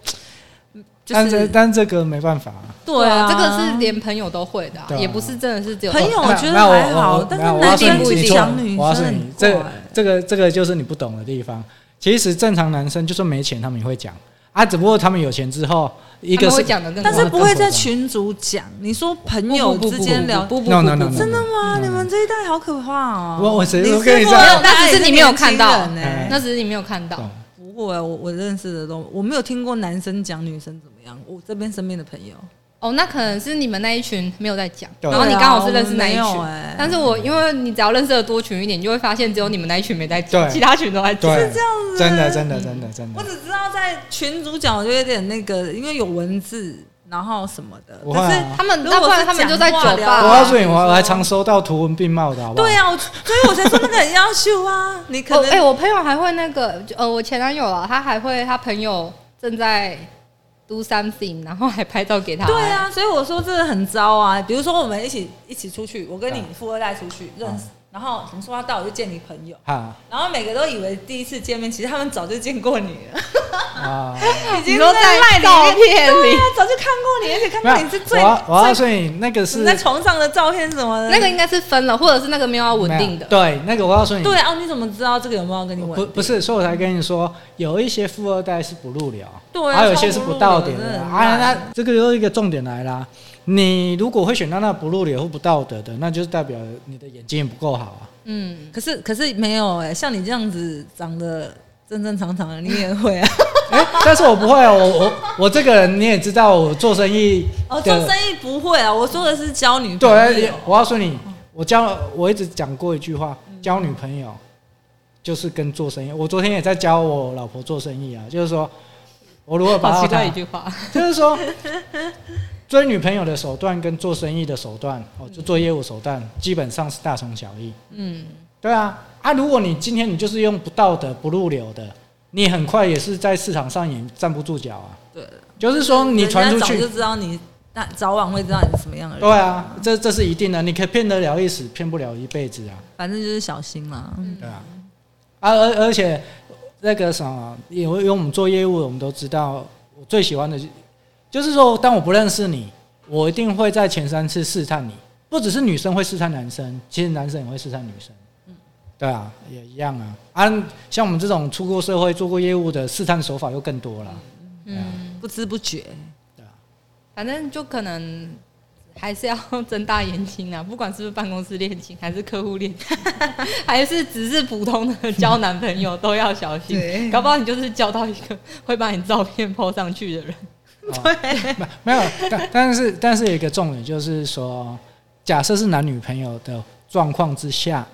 [SPEAKER 2] 就
[SPEAKER 1] 但
[SPEAKER 2] 是
[SPEAKER 1] 这但这个没办法啊、
[SPEAKER 2] 对啊，
[SPEAKER 3] 这个是连朋友都会的啊，
[SPEAKER 1] 对啊
[SPEAKER 3] 也不是真的是只有
[SPEAKER 2] 朋友
[SPEAKER 1] 没有
[SPEAKER 2] 我觉得
[SPEAKER 1] 没有
[SPEAKER 2] 还好
[SPEAKER 1] 我
[SPEAKER 2] 但是
[SPEAKER 1] 没有我要
[SPEAKER 2] 男
[SPEAKER 1] 说
[SPEAKER 3] 生
[SPEAKER 1] 你
[SPEAKER 3] 不一
[SPEAKER 1] 你
[SPEAKER 3] 定
[SPEAKER 1] 错
[SPEAKER 2] 想
[SPEAKER 1] 了
[SPEAKER 2] 女
[SPEAKER 1] 我要
[SPEAKER 2] 生
[SPEAKER 1] 说
[SPEAKER 2] 很
[SPEAKER 1] 你这
[SPEAKER 2] 怪
[SPEAKER 1] 这个这个就是你不懂的地方。其实正常男生就算没钱，他们也会讲啊，只不过他们有钱之后，一
[SPEAKER 3] 他
[SPEAKER 1] 个
[SPEAKER 3] 们会
[SPEAKER 1] 是
[SPEAKER 3] 讲的更
[SPEAKER 2] 但
[SPEAKER 3] 广，
[SPEAKER 2] 是不会在群主讲。你说朋友之间聊，
[SPEAKER 3] 不不
[SPEAKER 1] no no no no，
[SPEAKER 2] 真的
[SPEAKER 1] no，
[SPEAKER 2] 吗？
[SPEAKER 1] 嗯
[SPEAKER 2] 你们这一代好可怕哦！
[SPEAKER 1] 我我谁
[SPEAKER 2] 你
[SPEAKER 1] 我跟你
[SPEAKER 2] 是
[SPEAKER 1] 说
[SPEAKER 2] 我
[SPEAKER 3] 那只是你没有看到
[SPEAKER 2] 大家也是年轻人
[SPEAKER 1] 嗯
[SPEAKER 2] 哎
[SPEAKER 3] 那只是你没有看到
[SPEAKER 1] 懂。
[SPEAKER 2] 不会，我我认识的都我没有听过男生讲女生怎么样。我这边身边的朋友，
[SPEAKER 3] 哦，那可能是你们那一群没有在讲，
[SPEAKER 1] 对啊
[SPEAKER 3] 然后你刚好是认识那一
[SPEAKER 2] 对啊我们
[SPEAKER 3] 群
[SPEAKER 2] 没有欸。
[SPEAKER 3] 但是我因为你只要认识的多群一点，你就会发现只有你们那一群没在讲，
[SPEAKER 1] 对
[SPEAKER 3] 其他群都在讲。
[SPEAKER 1] 对，
[SPEAKER 2] 这样子
[SPEAKER 1] 真的真的真的真
[SPEAKER 2] 我
[SPEAKER 1] 的，
[SPEAKER 2] 只知道在群主讲，我就有点那个，因为有文字，然后什么的。
[SPEAKER 1] 我会啊
[SPEAKER 2] 可是
[SPEAKER 3] 他们
[SPEAKER 2] 如
[SPEAKER 3] 大部
[SPEAKER 2] 果
[SPEAKER 3] 分
[SPEAKER 2] 是
[SPEAKER 3] 他们就在酒
[SPEAKER 2] 讲话聊
[SPEAKER 3] 吧。
[SPEAKER 2] 啊
[SPEAKER 1] 我告诉你，我我还
[SPEAKER 2] 比如
[SPEAKER 1] 常收到图文并茂的，好不好？
[SPEAKER 2] 对啊，我所以我才说那个很要求啊。你可
[SPEAKER 3] 哦，哎、
[SPEAKER 2] 能
[SPEAKER 3] 我朋友还会那个，就呃，我前男友啊，他还会他朋友正在 do something，然后还拍照给他。
[SPEAKER 2] 对，啊，所以我说这个很糟啊。比如说我们一起一起出去，我跟你
[SPEAKER 1] 嗯
[SPEAKER 2] 富二代出去认识，然后从说话到我就见你朋友，
[SPEAKER 1] 啊
[SPEAKER 2] 然后每个都以为第一次见面，其实他们早就见过你 了。
[SPEAKER 1] 啊，
[SPEAKER 2] 已经
[SPEAKER 3] 你都在
[SPEAKER 2] 赖
[SPEAKER 3] 照片里
[SPEAKER 2] 对啊，早就看过你，而且看
[SPEAKER 1] 没
[SPEAKER 2] 到
[SPEAKER 1] 有
[SPEAKER 2] 你是，
[SPEAKER 1] 我
[SPEAKER 2] 最
[SPEAKER 1] 要我告
[SPEAKER 2] 最
[SPEAKER 1] 诉你，那个是
[SPEAKER 2] 你在床上的照片什么的。
[SPEAKER 3] 那个应该是分了，或者是那个没有要稳
[SPEAKER 1] 没有
[SPEAKER 3] 定的。
[SPEAKER 1] 对，那个我告诉你，
[SPEAKER 2] 对啊，哦你怎么知道这个有没有跟你
[SPEAKER 1] 不
[SPEAKER 2] 玩？
[SPEAKER 1] 不是，所以我才跟你说，有一些富二代是不入流，
[SPEAKER 2] 对啊
[SPEAKER 1] 还有一些是不道德
[SPEAKER 2] 超不入流
[SPEAKER 1] 的
[SPEAKER 2] 真的很
[SPEAKER 1] 啊。
[SPEAKER 2] 烂
[SPEAKER 1] 那这个又一个重点来啦，你如果会选到那不入流或不道德的，那就是代表你的眼睛也不够好啊。
[SPEAKER 3] 嗯，
[SPEAKER 2] 可是可是没有哎、像你这样子长得正正常常的，你也会啊。
[SPEAKER 1] 哎、但是我不会啊，我我我这个人你也知道，我做生意
[SPEAKER 2] 哦，做
[SPEAKER 1] 的
[SPEAKER 2] 生意不会啊，我说的是交女朋
[SPEAKER 1] 对
[SPEAKER 2] 友。，
[SPEAKER 1] 我告诉你，我教我一直讲过一句话，交女朋友就是跟做生意。我昨天也在教我老婆做生意啊，就是说我如何把
[SPEAKER 3] 好
[SPEAKER 1] 她
[SPEAKER 3] 奇怪一句话。
[SPEAKER 1] 就是说，追女朋友的手段跟做生意的手段，哦，就做业务手
[SPEAKER 2] 嗯
[SPEAKER 1] 段，基本上是大同小异。
[SPEAKER 3] 嗯，
[SPEAKER 1] 对啊，啊，如果你今天你就是用不道德、不入流的，你很快也是在市场上也站不住脚啊。
[SPEAKER 2] 对，
[SPEAKER 1] 就是说你传出
[SPEAKER 2] 人家早就
[SPEAKER 1] 去，
[SPEAKER 2] 知道你，那早晚会知道你是什么样的人。
[SPEAKER 1] 对啊，这这是一定的，你可以骗得了一时，骗不了一辈子啊，
[SPEAKER 2] 反正就是小心啦。
[SPEAKER 1] 对啊，啊，而而且那个什么，因为因为我们做业务，我们都知道，我最喜欢的就就是说，当我不认识你，我一定会在前三次试探你。不只是女生会试探男生，其实男生也会试探女生。对啊，也一样啊。啊，像我们这种出过社会、做过业务的，试探手法又更多了。对啊
[SPEAKER 2] 不知不觉，
[SPEAKER 3] 嗯反正就可能还是要睁大眼睛啊，不管是不是办公室恋情，还是客户恋情， 还是只是普通的交男朋友，都要小
[SPEAKER 2] 对
[SPEAKER 3] 心。搞不好你就是交到一个会把你照片 po 上去的人。
[SPEAKER 1] 啊没没有，但但是但是有一个重点就是说，假设是男女朋友的状况之下，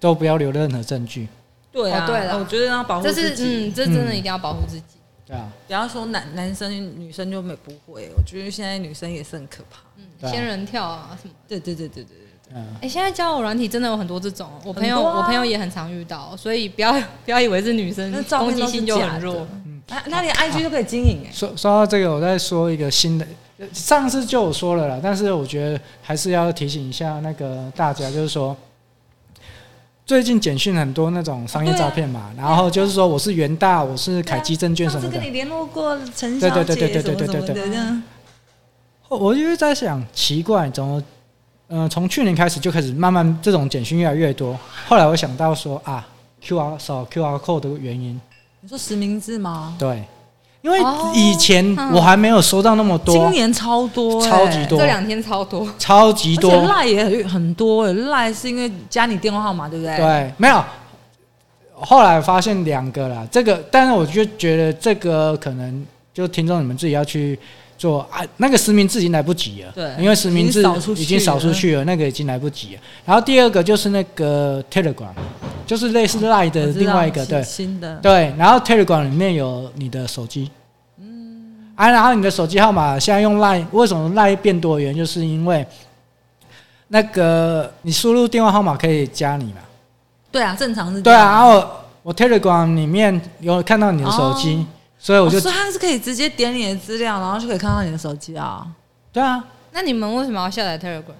[SPEAKER 1] 都不要留任何证据。
[SPEAKER 2] 对啊，
[SPEAKER 3] 哦对啦
[SPEAKER 2] 我觉得要保护
[SPEAKER 3] 这
[SPEAKER 2] 自
[SPEAKER 3] 是
[SPEAKER 2] 己。
[SPEAKER 3] 嗯，这真的一定要保护自己。
[SPEAKER 1] 对啊，
[SPEAKER 2] 不要说男男生女生就没不会，我觉得现在女生也是很可怕。
[SPEAKER 1] 对啊
[SPEAKER 3] 仙人跳啊什么？
[SPEAKER 2] 对对对对对对
[SPEAKER 1] 嗯。
[SPEAKER 3] 哎、现在交友软体真的有很多这种，我朋友、
[SPEAKER 2] 很多啊
[SPEAKER 3] 我朋友也很常遇到，所以不要 不要以为是女生
[SPEAKER 2] 那，照
[SPEAKER 3] 攻
[SPEAKER 2] 片
[SPEAKER 3] 击
[SPEAKER 2] 都
[SPEAKER 3] 性
[SPEAKER 2] 是
[SPEAKER 3] 就
[SPEAKER 2] 假
[SPEAKER 3] 很
[SPEAKER 2] 的
[SPEAKER 3] 弱。
[SPEAKER 2] 那那连 IG 都可以经营哎、
[SPEAKER 1] 说说到这个，我再说一个新的，呃上次就有说了啦，但是我觉得还是要提醒一下那个大家，就是说，最近简讯很多那种商业诈骗
[SPEAKER 2] 哦
[SPEAKER 1] 嘛，然后就是说我是元大，我是凯基证券什
[SPEAKER 2] 啊上次
[SPEAKER 1] 么的
[SPEAKER 2] 跟，你联络过陈
[SPEAKER 1] 对对
[SPEAKER 2] 小姐
[SPEAKER 1] 对对对
[SPEAKER 2] 什么
[SPEAKER 1] 对
[SPEAKER 2] 什
[SPEAKER 1] 对
[SPEAKER 2] 么的
[SPEAKER 1] 对
[SPEAKER 2] 这样，
[SPEAKER 1] 我就是在想，奇怪，怎么，嗯、从去年开始就开始慢慢这种简讯越来越多，后来我想到说啊，QR 扫 QR code 的原因，
[SPEAKER 2] 你说实名制吗？
[SPEAKER 1] 对，因为
[SPEAKER 3] 哦
[SPEAKER 1] 以前
[SPEAKER 2] 嗯
[SPEAKER 1] 我还没有收到那么
[SPEAKER 2] 今
[SPEAKER 1] 多，
[SPEAKER 2] 年超多、欸，
[SPEAKER 1] 超级多
[SPEAKER 3] 这两天超多，
[SPEAKER 1] 超级
[SPEAKER 2] 而
[SPEAKER 1] 多，
[SPEAKER 2] 且赖也很很多、欸，赖是因为加你电话号码，对不对？
[SPEAKER 1] 对，啊没有。后来发现两个啦，这个，但是我就觉得这个可能就听众你们自己要去做啊，那个实名制已经来不及了，
[SPEAKER 2] 对
[SPEAKER 1] 因为实名制
[SPEAKER 2] 已经扫出去
[SPEAKER 1] 已经扫出去了，那个已经来不及了。然后第二个就是那个 Telegram，就是类似 Line 的
[SPEAKER 2] 我知道
[SPEAKER 1] 另外一个，对
[SPEAKER 2] 新新的，
[SPEAKER 1] 对。然后 Telegram 里面有你的手机，嗯，啊，然后你的手机号码现在用 Line，为什么 Line 变多元？就是因为那个你输入电话号码可以加你嘛，
[SPEAKER 2] 对啊，正常是这
[SPEAKER 1] 对
[SPEAKER 2] 样
[SPEAKER 1] 啊。然后我我 Telegram 里面有看到你的手机，所以我
[SPEAKER 2] 哦
[SPEAKER 1] 就、
[SPEAKER 2] 所以他是可以直接点你的资料，然后就可以看到你的手机啊。
[SPEAKER 1] 对啊，
[SPEAKER 3] 那你们为什么要下载 Telegram？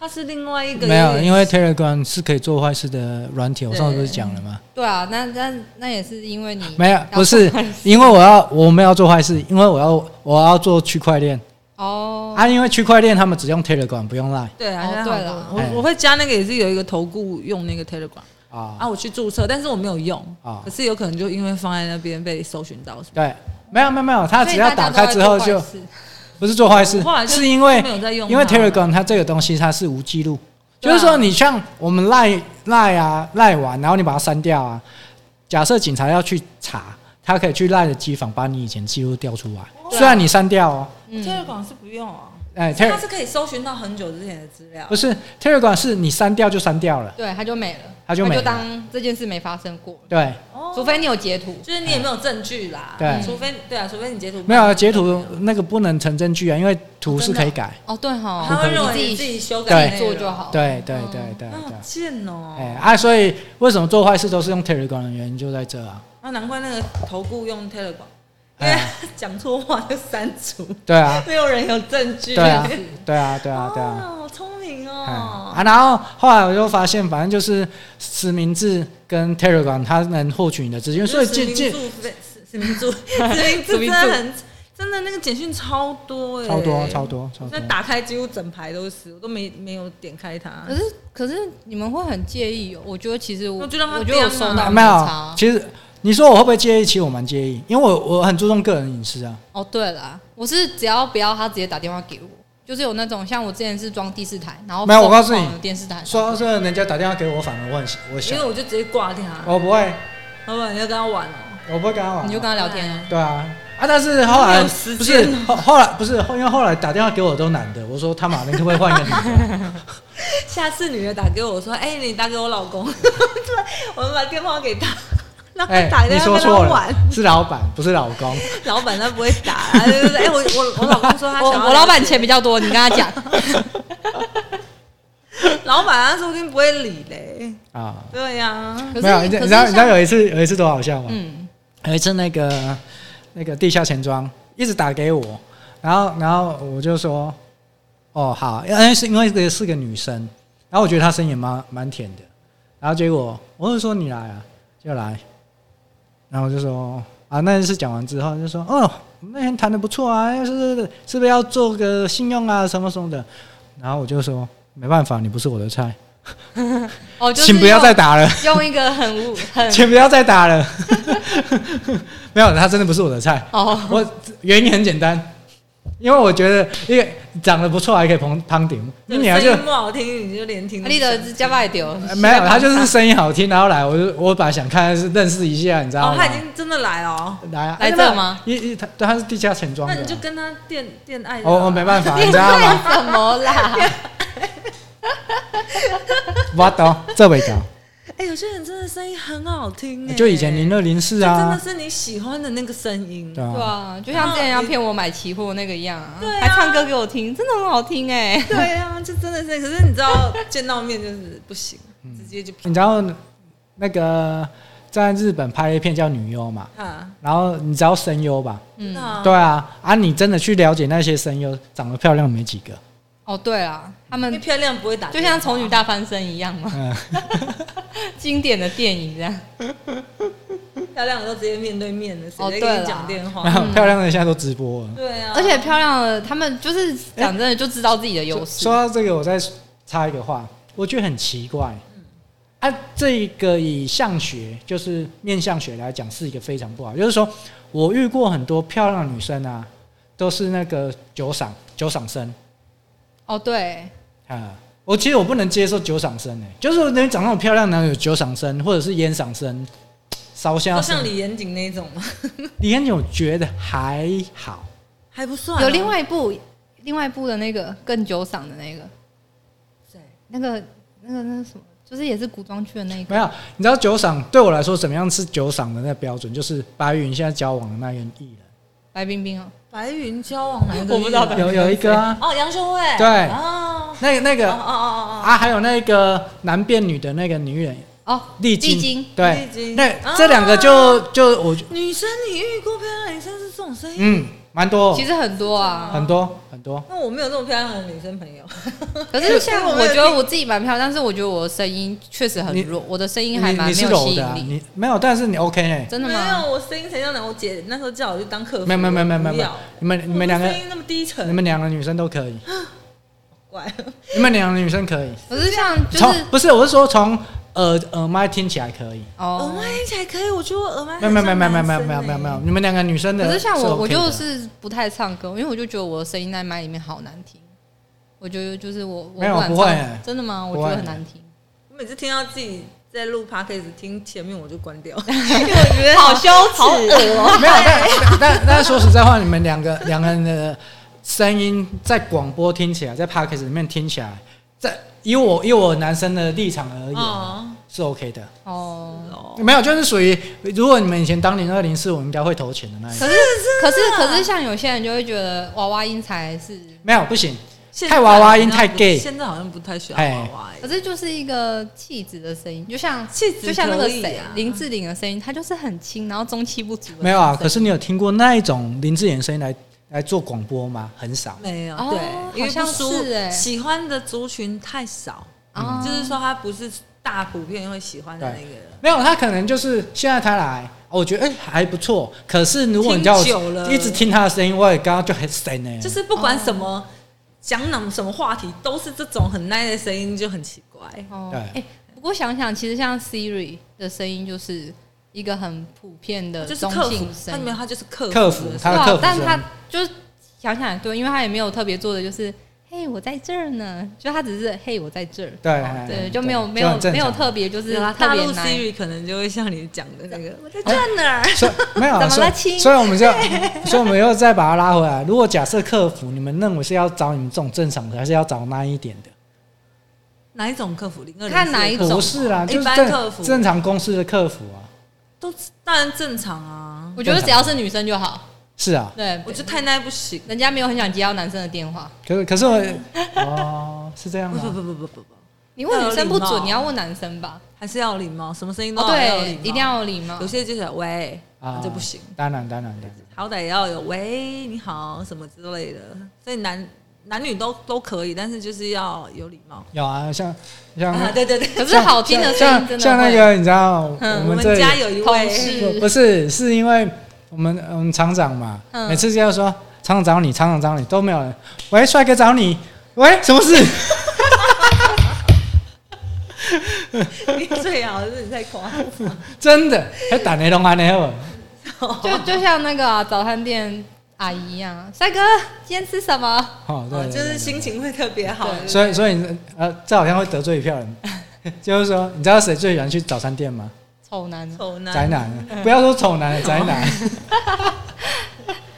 [SPEAKER 2] 它是另外一个
[SPEAKER 1] 没有，
[SPEAKER 2] 点
[SPEAKER 1] 因为 Telegram 是可以做坏事的软体，我上次不是
[SPEAKER 2] 对
[SPEAKER 1] 讲了吗？
[SPEAKER 3] 对啊，那那那也是因为你
[SPEAKER 1] 没有
[SPEAKER 3] 要，
[SPEAKER 1] 不是，因为我要我们要做坏事，因为我要我要做区块链
[SPEAKER 3] 哦，
[SPEAKER 1] 啊，因为区块链他们只用 Telegram 不用 Line
[SPEAKER 2] 对啊，
[SPEAKER 3] 哦
[SPEAKER 2] 现在
[SPEAKER 3] 对
[SPEAKER 2] 好
[SPEAKER 3] 啦
[SPEAKER 2] 多
[SPEAKER 1] 哎
[SPEAKER 2] 我我会加那个也是有一个投顾用那个 Telegram
[SPEAKER 1] 啊
[SPEAKER 2] 啊，我去注册，但是我没有用
[SPEAKER 1] 啊
[SPEAKER 2] 可是有可能就因为放在那边被搜寻到什么。
[SPEAKER 1] 对，没有没有没有，他只要
[SPEAKER 3] 所以
[SPEAKER 1] 打
[SPEAKER 3] 大家
[SPEAKER 1] 开
[SPEAKER 3] 都在
[SPEAKER 1] 之后
[SPEAKER 3] 做坏
[SPEAKER 1] 就
[SPEAKER 3] 事
[SPEAKER 1] 不是做坏事
[SPEAKER 2] 后来，就是
[SPEAKER 1] 因为
[SPEAKER 2] 没有在用它，
[SPEAKER 1] 因为 Telegram 它这个东西它是无记录，就
[SPEAKER 2] 对啊
[SPEAKER 1] 是说你像我们赖赖啊赖完，然后你把它删掉啊，假设警察要去查，他可以去赖的机房把你以前记录调出来，
[SPEAKER 2] 对啊
[SPEAKER 1] 虽然你删掉哦，
[SPEAKER 3] 嗯
[SPEAKER 2] Telegram 是不用啊，
[SPEAKER 1] 哎
[SPEAKER 2] 它
[SPEAKER 1] Telegram。
[SPEAKER 2] 是可以搜寻到很久之前的资料
[SPEAKER 1] 不。是 Telegram 是你删掉就删掉了，
[SPEAKER 3] 对，它就没了，
[SPEAKER 1] 它就没了
[SPEAKER 3] 当这件事没发生过，
[SPEAKER 1] 对，
[SPEAKER 2] 哦
[SPEAKER 3] 除非你有截图。
[SPEAKER 2] 就是你也没有证据啦，
[SPEAKER 1] 对
[SPEAKER 2] 除非对啊，除非你截图
[SPEAKER 1] 没有啊截图那个不能成证据啊，因为图是可以改，
[SPEAKER 3] 哦，对哈，
[SPEAKER 2] 他会认为
[SPEAKER 3] 你
[SPEAKER 2] 你
[SPEAKER 3] 自
[SPEAKER 2] 自
[SPEAKER 3] 己
[SPEAKER 2] 己修改
[SPEAKER 1] 对
[SPEAKER 2] 内容
[SPEAKER 3] 做就，好。，
[SPEAKER 1] 对对
[SPEAKER 2] 哦
[SPEAKER 1] 对对
[SPEAKER 2] 那好
[SPEAKER 1] 对，
[SPEAKER 2] 贱哦，
[SPEAKER 1] 哎啊，所以为什么做坏事都是用 Telegram 的原因就在这啊，
[SPEAKER 2] 那难怪那个投顾用 Telegram，因为
[SPEAKER 1] 哎，
[SPEAKER 2] 讲错话就删除，
[SPEAKER 1] 对啊，
[SPEAKER 2] 没有人有证据。
[SPEAKER 1] 对啊，对啊，对啊，对啊，
[SPEAKER 2] 哦，好聪明
[SPEAKER 1] 哎
[SPEAKER 2] 哦。
[SPEAKER 1] 啊，然后后来我就发现，反正就是实名制跟 Telegram 它能获取你的资讯，所以
[SPEAKER 2] 实
[SPEAKER 1] 进
[SPEAKER 2] 名
[SPEAKER 1] 进
[SPEAKER 2] 制非实名制，实名制真的很真的那个简讯超多哎，
[SPEAKER 1] 超多超多超多啊
[SPEAKER 2] 那，打开几乎整排都是，我都没没有点开它
[SPEAKER 3] 可。是可是你们会很介意哦，我觉得其实我
[SPEAKER 2] 那就让它
[SPEAKER 3] 我觉得我
[SPEAKER 2] 变啊
[SPEAKER 3] 收到
[SPEAKER 1] 啊没有
[SPEAKER 3] 差。。
[SPEAKER 1] 其实你说我会不会介意？其实我蛮介意，因为我我很注重个人隐私啊。
[SPEAKER 3] 哦，对啦，我是只要不要他直接打电话给我，就是有那种像我之前是装第四台，然后
[SPEAKER 1] 没有我告诉你
[SPEAKER 3] 疯狂的电视
[SPEAKER 2] 啊
[SPEAKER 3] 台
[SPEAKER 1] 说到这，人家打电话给我，反而我很我
[SPEAKER 2] 因
[SPEAKER 1] 想
[SPEAKER 2] 为，我就直接挂掉它，
[SPEAKER 1] 我不会，
[SPEAKER 2] 老板你要跟他玩 哦。
[SPEAKER 1] 我不会跟他玩啊。
[SPEAKER 3] 你就跟他聊天啊。
[SPEAKER 1] 对啊啊！但是后
[SPEAKER 2] 没
[SPEAKER 1] 来
[SPEAKER 2] 有时
[SPEAKER 1] 不是
[SPEAKER 2] 间啊
[SPEAKER 1] 后后来不是，因为后来打电话给我都男的，我说他妈的，你可不可以换一个 女的？
[SPEAKER 2] 下次女的打给我，我说：“哎、你打给我老 公。”我们把电话给 他，让他
[SPEAKER 1] 哎
[SPEAKER 2] 打，
[SPEAKER 1] 你
[SPEAKER 2] 电
[SPEAKER 1] 说
[SPEAKER 2] 话跟
[SPEAKER 1] 错
[SPEAKER 2] 他
[SPEAKER 1] 了
[SPEAKER 2] 玩。，
[SPEAKER 1] 是老板不是老公。
[SPEAKER 2] 老板他不会打、啊，对不对？哎，我 我我老公说他
[SPEAKER 3] 我
[SPEAKER 2] 想要
[SPEAKER 3] 我老板钱比较多，你跟 他讲。
[SPEAKER 2] 老板他说不定不会理嘞。
[SPEAKER 1] 啊，
[SPEAKER 2] 对呀、
[SPEAKER 3] 可是
[SPEAKER 1] 没有，啊你
[SPEAKER 3] 可
[SPEAKER 1] 知
[SPEAKER 3] 是
[SPEAKER 1] 你知道你知道
[SPEAKER 3] 像
[SPEAKER 1] 有一次有一次多好笑吗？
[SPEAKER 3] 嗯，
[SPEAKER 1] 有一次那个那个地下钱庄一直打给我，然后然后我就说，哦好，因为是因为这是个女生，然后我觉得她声音也蛮蛮甜的，然后结果我就说你来啊，就来，然后我就说啊那次讲完之后就说哦我们那天谈的不错啊，是不是是不是要做个信用啊什么什么的，然后我就说没办法，你不是我的菜，
[SPEAKER 3] 哦，就是
[SPEAKER 1] 请不要
[SPEAKER 3] 用
[SPEAKER 1] 再打了。
[SPEAKER 3] 用一个很无
[SPEAKER 2] 嗯
[SPEAKER 3] 很
[SPEAKER 1] 请不要再打 了。没有，他真的不是我的菜。
[SPEAKER 3] 哦，
[SPEAKER 1] 我原因很简单，因为我觉得一个长得不错还可以捧胖顶，那
[SPEAKER 2] 对
[SPEAKER 1] 女孩就
[SPEAKER 2] 声音不好听，你就连听都不
[SPEAKER 3] 你
[SPEAKER 2] 想
[SPEAKER 3] 的加巴也丢
[SPEAKER 1] 呃，没有，他就是声音好听，然后来，我就我本来想看是认识一下，你知道
[SPEAKER 2] 哦，
[SPEAKER 1] 吗
[SPEAKER 2] 他已？经真的来了、哦，
[SPEAKER 1] 来啊，
[SPEAKER 3] 来 这吗？
[SPEAKER 1] 一一他对他是地下钱庄
[SPEAKER 2] 那
[SPEAKER 1] 的
[SPEAKER 2] 你就
[SPEAKER 1] 啊，
[SPEAKER 2] 跟他恋恋爱。
[SPEAKER 1] 我我没办 啊法，你
[SPEAKER 3] 你
[SPEAKER 1] 知道
[SPEAKER 2] 啊
[SPEAKER 1] 吗？
[SPEAKER 3] 什么啦？
[SPEAKER 1] 我懂，这味道，
[SPEAKER 2] 法。哎、有些人真的声音很好听、哎，
[SPEAKER 1] 就以前零二零四
[SPEAKER 2] 真
[SPEAKER 1] 啊
[SPEAKER 2] 的，是你喜欢的那个声音。
[SPEAKER 1] 对
[SPEAKER 3] 对
[SPEAKER 1] 啊，
[SPEAKER 3] 啊，就像之前要骗我买期货那个一样啊
[SPEAKER 2] 对，啊
[SPEAKER 3] 还唱歌给我听，真的很好 听哎。
[SPEAKER 2] 对啊，就真的是，可是你知道见到面就是不行，直接就
[SPEAKER 1] 你知道那个在日本拍了一片叫《女优》嘛，
[SPEAKER 2] 啊，
[SPEAKER 1] 然后你知道声优吧？
[SPEAKER 3] 嗯，
[SPEAKER 2] 那
[SPEAKER 1] 对啊，啊，你真的去了解那些声优，长得漂亮没几个。
[SPEAKER 3] 哦对啦，他
[SPEAKER 2] 因为
[SPEAKER 3] 们
[SPEAKER 2] 漂亮不会打
[SPEAKER 3] 就
[SPEAKER 2] 电话，
[SPEAKER 3] 像《丑女大翻身》一样嘛，
[SPEAKER 1] 嗯，
[SPEAKER 3] 经典的电影这样。
[SPEAKER 2] 漂亮的都直接面对面的，谁
[SPEAKER 3] 哦
[SPEAKER 2] 在
[SPEAKER 3] 对
[SPEAKER 2] 跟
[SPEAKER 3] 啦
[SPEAKER 2] 你讲电
[SPEAKER 1] 然
[SPEAKER 2] 话？
[SPEAKER 1] 后 漂亮的现在都直播了。
[SPEAKER 2] 对啊，
[SPEAKER 3] 而且漂亮的，他们就是讲真的就知道自己的优
[SPEAKER 1] 说
[SPEAKER 3] 势
[SPEAKER 1] 说。到这个，我再插一个话，我觉得很奇怪。啊，这个以相学就是面相学来讲，是一个非常不好。就是说我遇过很多漂亮的女生啊，都是那个酒嗓酒嗓声
[SPEAKER 3] 哦对，
[SPEAKER 1] 啊。我其实我不能接受酒嗓声诶、就是人长那么漂亮，哪有酒嗓声或者是烟嗓声、烧香
[SPEAKER 2] 就
[SPEAKER 1] 声
[SPEAKER 2] 像？李严谨那一种嘛，
[SPEAKER 1] 李安，我觉得还好。
[SPEAKER 2] 还不算哦
[SPEAKER 3] 有另外一部，另外一部的那个更久赏的那个，
[SPEAKER 2] 谁
[SPEAKER 3] 那个那个那个什么，就是也是古装剧的那
[SPEAKER 1] 没
[SPEAKER 3] 个。
[SPEAKER 1] 有，你知道酒赏对我来说怎么样是酒赏的那个标准？就是白云现在交往的那个艺
[SPEAKER 3] 白冰冰哦，
[SPEAKER 2] 白云交往哪 一个？
[SPEAKER 3] 我不知道白
[SPEAKER 1] 人，有有一个啊，
[SPEAKER 2] 哦，杨秀慧
[SPEAKER 1] 对
[SPEAKER 2] 哦
[SPEAKER 1] 那个那
[SPEAKER 2] 哦哦
[SPEAKER 1] 个
[SPEAKER 2] 哦哦，
[SPEAKER 1] 啊，还有那个男变女的那个女演员
[SPEAKER 3] 哦，
[SPEAKER 1] 丽晶，
[SPEAKER 3] 晶，哦
[SPEAKER 1] 对
[SPEAKER 2] 丽，晶
[SPEAKER 1] 那这两个就就我
[SPEAKER 2] 女生你遇过漂亮的女生是这种声音？
[SPEAKER 1] 嗯，蛮多
[SPEAKER 3] 其实很多啊。
[SPEAKER 1] 很多很多，
[SPEAKER 2] 那我没有那么漂亮的女生朋友，
[SPEAKER 3] 可是 像
[SPEAKER 2] 我
[SPEAKER 3] 我
[SPEAKER 2] 没有
[SPEAKER 3] 觉得我自己蛮漂亮，但是我觉得我的声音确实很
[SPEAKER 1] 你
[SPEAKER 3] 弱，我的声
[SPEAKER 1] 你
[SPEAKER 3] 音还蛮
[SPEAKER 1] 你
[SPEAKER 3] 没
[SPEAKER 1] 是
[SPEAKER 3] 有吸
[SPEAKER 1] 柔的啊，
[SPEAKER 3] 引力。
[SPEAKER 1] 你没有，但是你 OK 哎，
[SPEAKER 3] 真的
[SPEAKER 2] 没
[SPEAKER 3] 吗？
[SPEAKER 2] 有，我声音才叫男。我姐那时候叫我去当客服，
[SPEAKER 1] 没有没有没有没有没有
[SPEAKER 2] 我
[SPEAKER 1] 没
[SPEAKER 2] 不
[SPEAKER 1] 有
[SPEAKER 2] 要，
[SPEAKER 1] 你们你们两
[SPEAKER 2] 我
[SPEAKER 1] 个
[SPEAKER 2] 声音那么低沉，
[SPEAKER 1] 你们两个女生都可以，
[SPEAKER 2] 怪，
[SPEAKER 1] 你们两个女生可以，
[SPEAKER 3] 可是像就
[SPEAKER 1] 从
[SPEAKER 3] 是
[SPEAKER 1] 不是我是说从耳耳麦听起来可以。
[SPEAKER 2] 耳
[SPEAKER 3] 哦
[SPEAKER 2] 麦，听起来可以，我觉得我耳麦
[SPEAKER 1] 没有没
[SPEAKER 2] 很像
[SPEAKER 1] 有没有没有没有
[SPEAKER 2] 男
[SPEAKER 1] 没有没
[SPEAKER 2] 生
[SPEAKER 1] 有没有
[SPEAKER 2] 欸
[SPEAKER 1] 没有，你们两个女生的、
[SPEAKER 3] 可是像我，我
[SPEAKER 1] OK 的
[SPEAKER 3] 就是不太唱歌，因为我就觉得我的声音在麦里面好难听。我觉得就是我，我
[SPEAKER 1] 没有
[SPEAKER 3] 敢
[SPEAKER 1] 不会
[SPEAKER 3] 唱
[SPEAKER 1] 欸
[SPEAKER 3] 真的吗？我
[SPEAKER 1] 不
[SPEAKER 3] 觉
[SPEAKER 1] 会
[SPEAKER 3] 得很难听，
[SPEAKER 2] 我每次听到自己在录 podcast，听前面我就关掉，因为我觉得好
[SPEAKER 3] 羞耻哦。
[SPEAKER 1] 没有，但但但说实在话，你们两个两个人的声音在广播听起来，在 p o d c a s t 里面听起来，在以我以我男生的立场而言、
[SPEAKER 2] 哦
[SPEAKER 1] 是 OK 的，
[SPEAKER 3] 哦，
[SPEAKER 2] 哦，
[SPEAKER 1] 没有就是属于如果你们以前当年二零四五应该会投钱的那一种，
[SPEAKER 3] 可是可是
[SPEAKER 2] 啊
[SPEAKER 3] 可是像有些人就会觉得娃娃音才是，
[SPEAKER 1] 没有不行，
[SPEAKER 2] 现
[SPEAKER 1] 太娃娃音
[SPEAKER 2] 在好像
[SPEAKER 1] 太
[SPEAKER 2] 不
[SPEAKER 1] gay
[SPEAKER 2] 现在好像不太需要
[SPEAKER 1] 哎
[SPEAKER 2] 娃娃音
[SPEAKER 3] 可。是就是一个气质的声音，就像
[SPEAKER 2] 气质
[SPEAKER 3] 就像那个
[SPEAKER 2] 可以
[SPEAKER 3] 谁
[SPEAKER 2] 啊
[SPEAKER 3] 林志玲的声音，她就是很轻，然后中气不足的那种声音。
[SPEAKER 1] 没有啊，可是你有听过那一种林志颖声音来来做广播吗？很少，
[SPEAKER 2] 没有，
[SPEAKER 3] 哦
[SPEAKER 2] 对，因为
[SPEAKER 3] 好像
[SPEAKER 2] 不舒
[SPEAKER 3] 是欸
[SPEAKER 2] 喜欢的族群太少，
[SPEAKER 1] 啊
[SPEAKER 3] 哦
[SPEAKER 2] 就是说他不是大普遍会喜欢的那个人。
[SPEAKER 1] 没有他可能就是现在他来。我觉得哎、还不错，可是如果你叫
[SPEAKER 2] 听久
[SPEAKER 1] 我
[SPEAKER 2] 了
[SPEAKER 1] 一直听他的声音，我也刚刚就很神呢、
[SPEAKER 2] 就是不管什
[SPEAKER 3] 哦
[SPEAKER 2] 么讲哪什么话题，都是这种很 nice 的声音，就很奇怪。
[SPEAKER 1] 嗯
[SPEAKER 3] 哦，
[SPEAKER 1] 对
[SPEAKER 3] 哎、不过想想，其实像 Siri 的声音就是一个很普遍的
[SPEAKER 2] 哦就是
[SPEAKER 3] 呃中
[SPEAKER 2] 客服
[SPEAKER 3] 性，
[SPEAKER 2] 他
[SPEAKER 3] 声
[SPEAKER 2] 没有，
[SPEAKER 3] 音，
[SPEAKER 2] 他就是客
[SPEAKER 1] 客
[SPEAKER 2] 服
[SPEAKER 1] 服
[SPEAKER 2] 的，
[SPEAKER 1] 他的客服
[SPEAKER 3] 但
[SPEAKER 1] 声
[SPEAKER 3] 他
[SPEAKER 1] 音
[SPEAKER 3] 就是想想也对，因为他也没有特别做的，就是嘿，我在这儿呢，就他只是嘿，我在这儿，
[SPEAKER 1] 对
[SPEAKER 3] 哦对，就没有没有没有。特别，就是
[SPEAKER 2] 对啊
[SPEAKER 3] 特
[SPEAKER 2] 大
[SPEAKER 3] 别
[SPEAKER 2] 陆
[SPEAKER 3] 难。
[SPEAKER 2] Siri 可能就会像你讲的那个，我在
[SPEAKER 1] 站
[SPEAKER 2] 那儿。
[SPEAKER 1] 所以没有啊，
[SPEAKER 3] 怎么
[SPEAKER 1] 所以
[SPEAKER 3] 了亲
[SPEAKER 1] 所以我们就，所以我们又再把它拉回来。如果假设客服，你们认为是要找你们这种正常的，还是要找那一点的？
[SPEAKER 2] 哪一种客服？零二
[SPEAKER 3] 看哪一种
[SPEAKER 1] 不是啦，
[SPEAKER 2] 一
[SPEAKER 1] 就是
[SPEAKER 2] 般客
[SPEAKER 1] 正
[SPEAKER 2] 服
[SPEAKER 1] 正常公司的客服啊。
[SPEAKER 2] 都当然正常啊。
[SPEAKER 3] 我觉得只要是女生就好，
[SPEAKER 1] 是啊，
[SPEAKER 3] 对，
[SPEAKER 2] 我觉得太耐不行。
[SPEAKER 3] 人家没有很想接到男生的电话。
[SPEAKER 1] 可是可是 我，哦，是这样
[SPEAKER 2] 不
[SPEAKER 3] 嗯
[SPEAKER 2] 不
[SPEAKER 1] 吗？
[SPEAKER 2] 不不不不不，
[SPEAKER 3] 你问女生不
[SPEAKER 2] 要有礼
[SPEAKER 3] 准，
[SPEAKER 2] 貌
[SPEAKER 3] 你要问男生吧？
[SPEAKER 2] 还是要有礼貌，什么声音都
[SPEAKER 3] 哦，
[SPEAKER 2] 要有
[SPEAKER 3] 对
[SPEAKER 2] 礼，貌
[SPEAKER 3] 一定。要有礼貌
[SPEAKER 2] 有。些就是喂，
[SPEAKER 1] 啊，
[SPEAKER 2] 这不行，
[SPEAKER 1] 当然当然当然。
[SPEAKER 2] 好歹也要有喂你好什么之类的。所以男男女都都可以，但是就是要有礼貌。
[SPEAKER 1] 有啊，像 像
[SPEAKER 2] 啊，对对对，
[SPEAKER 3] 可是好听的声音
[SPEAKER 1] 像
[SPEAKER 3] 真的
[SPEAKER 1] 像那
[SPEAKER 3] 会
[SPEAKER 1] 个，你知道
[SPEAKER 3] 嗯
[SPEAKER 1] 我
[SPEAKER 2] 我
[SPEAKER 1] 们
[SPEAKER 2] 们
[SPEAKER 1] 这里
[SPEAKER 2] 家有一
[SPEAKER 3] 同事
[SPEAKER 2] 位
[SPEAKER 1] 不不是，是因为我们我们厂长嘛，
[SPEAKER 3] 嗯
[SPEAKER 1] 每次就要说厂长找你，厂长找你都没有人。喂，帅哥找你，喂，什么事？
[SPEAKER 2] 你 最好是你在 夸，
[SPEAKER 1] 真的还打雷龙啊，那会
[SPEAKER 3] 就就像那个啊、早餐店阿姨一样啊，帅哥，今天吃什么？
[SPEAKER 1] 哦，对
[SPEAKER 2] 哦
[SPEAKER 1] 对，
[SPEAKER 2] 就是
[SPEAKER 1] 对
[SPEAKER 2] 心情会特别好。
[SPEAKER 3] 对
[SPEAKER 1] 所以所以呃，这好像会得罪一票人。 就是说，你知道谁最喜欢去早餐店吗？
[SPEAKER 3] 丑男，
[SPEAKER 2] 丑男
[SPEAKER 1] 宅男，
[SPEAKER 3] 嗯
[SPEAKER 1] 不要说丑男，宅男。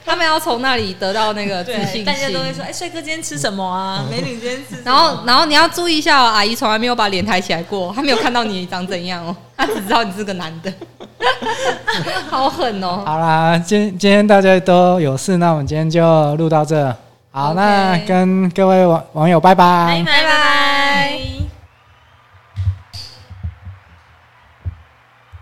[SPEAKER 3] 他们要从那里得到那个自
[SPEAKER 2] 对，
[SPEAKER 3] 信
[SPEAKER 2] 大家
[SPEAKER 3] 心
[SPEAKER 2] 都。会说，哎，帅哥今天吃什么啊？
[SPEAKER 1] 嗯
[SPEAKER 2] 美女今天吃什么。
[SPEAKER 3] 然后，然后你要注意一下、哦，阿姨从来没有把脸抬起来过，她没有看到你长怎样哦，她只知道你是个男 的，好狠哦！
[SPEAKER 1] 好啦，今今天大家都有事，那我们今天就录到这。好那
[SPEAKER 3] OK
[SPEAKER 1] 跟各位网网友拜拜
[SPEAKER 2] 拜拜。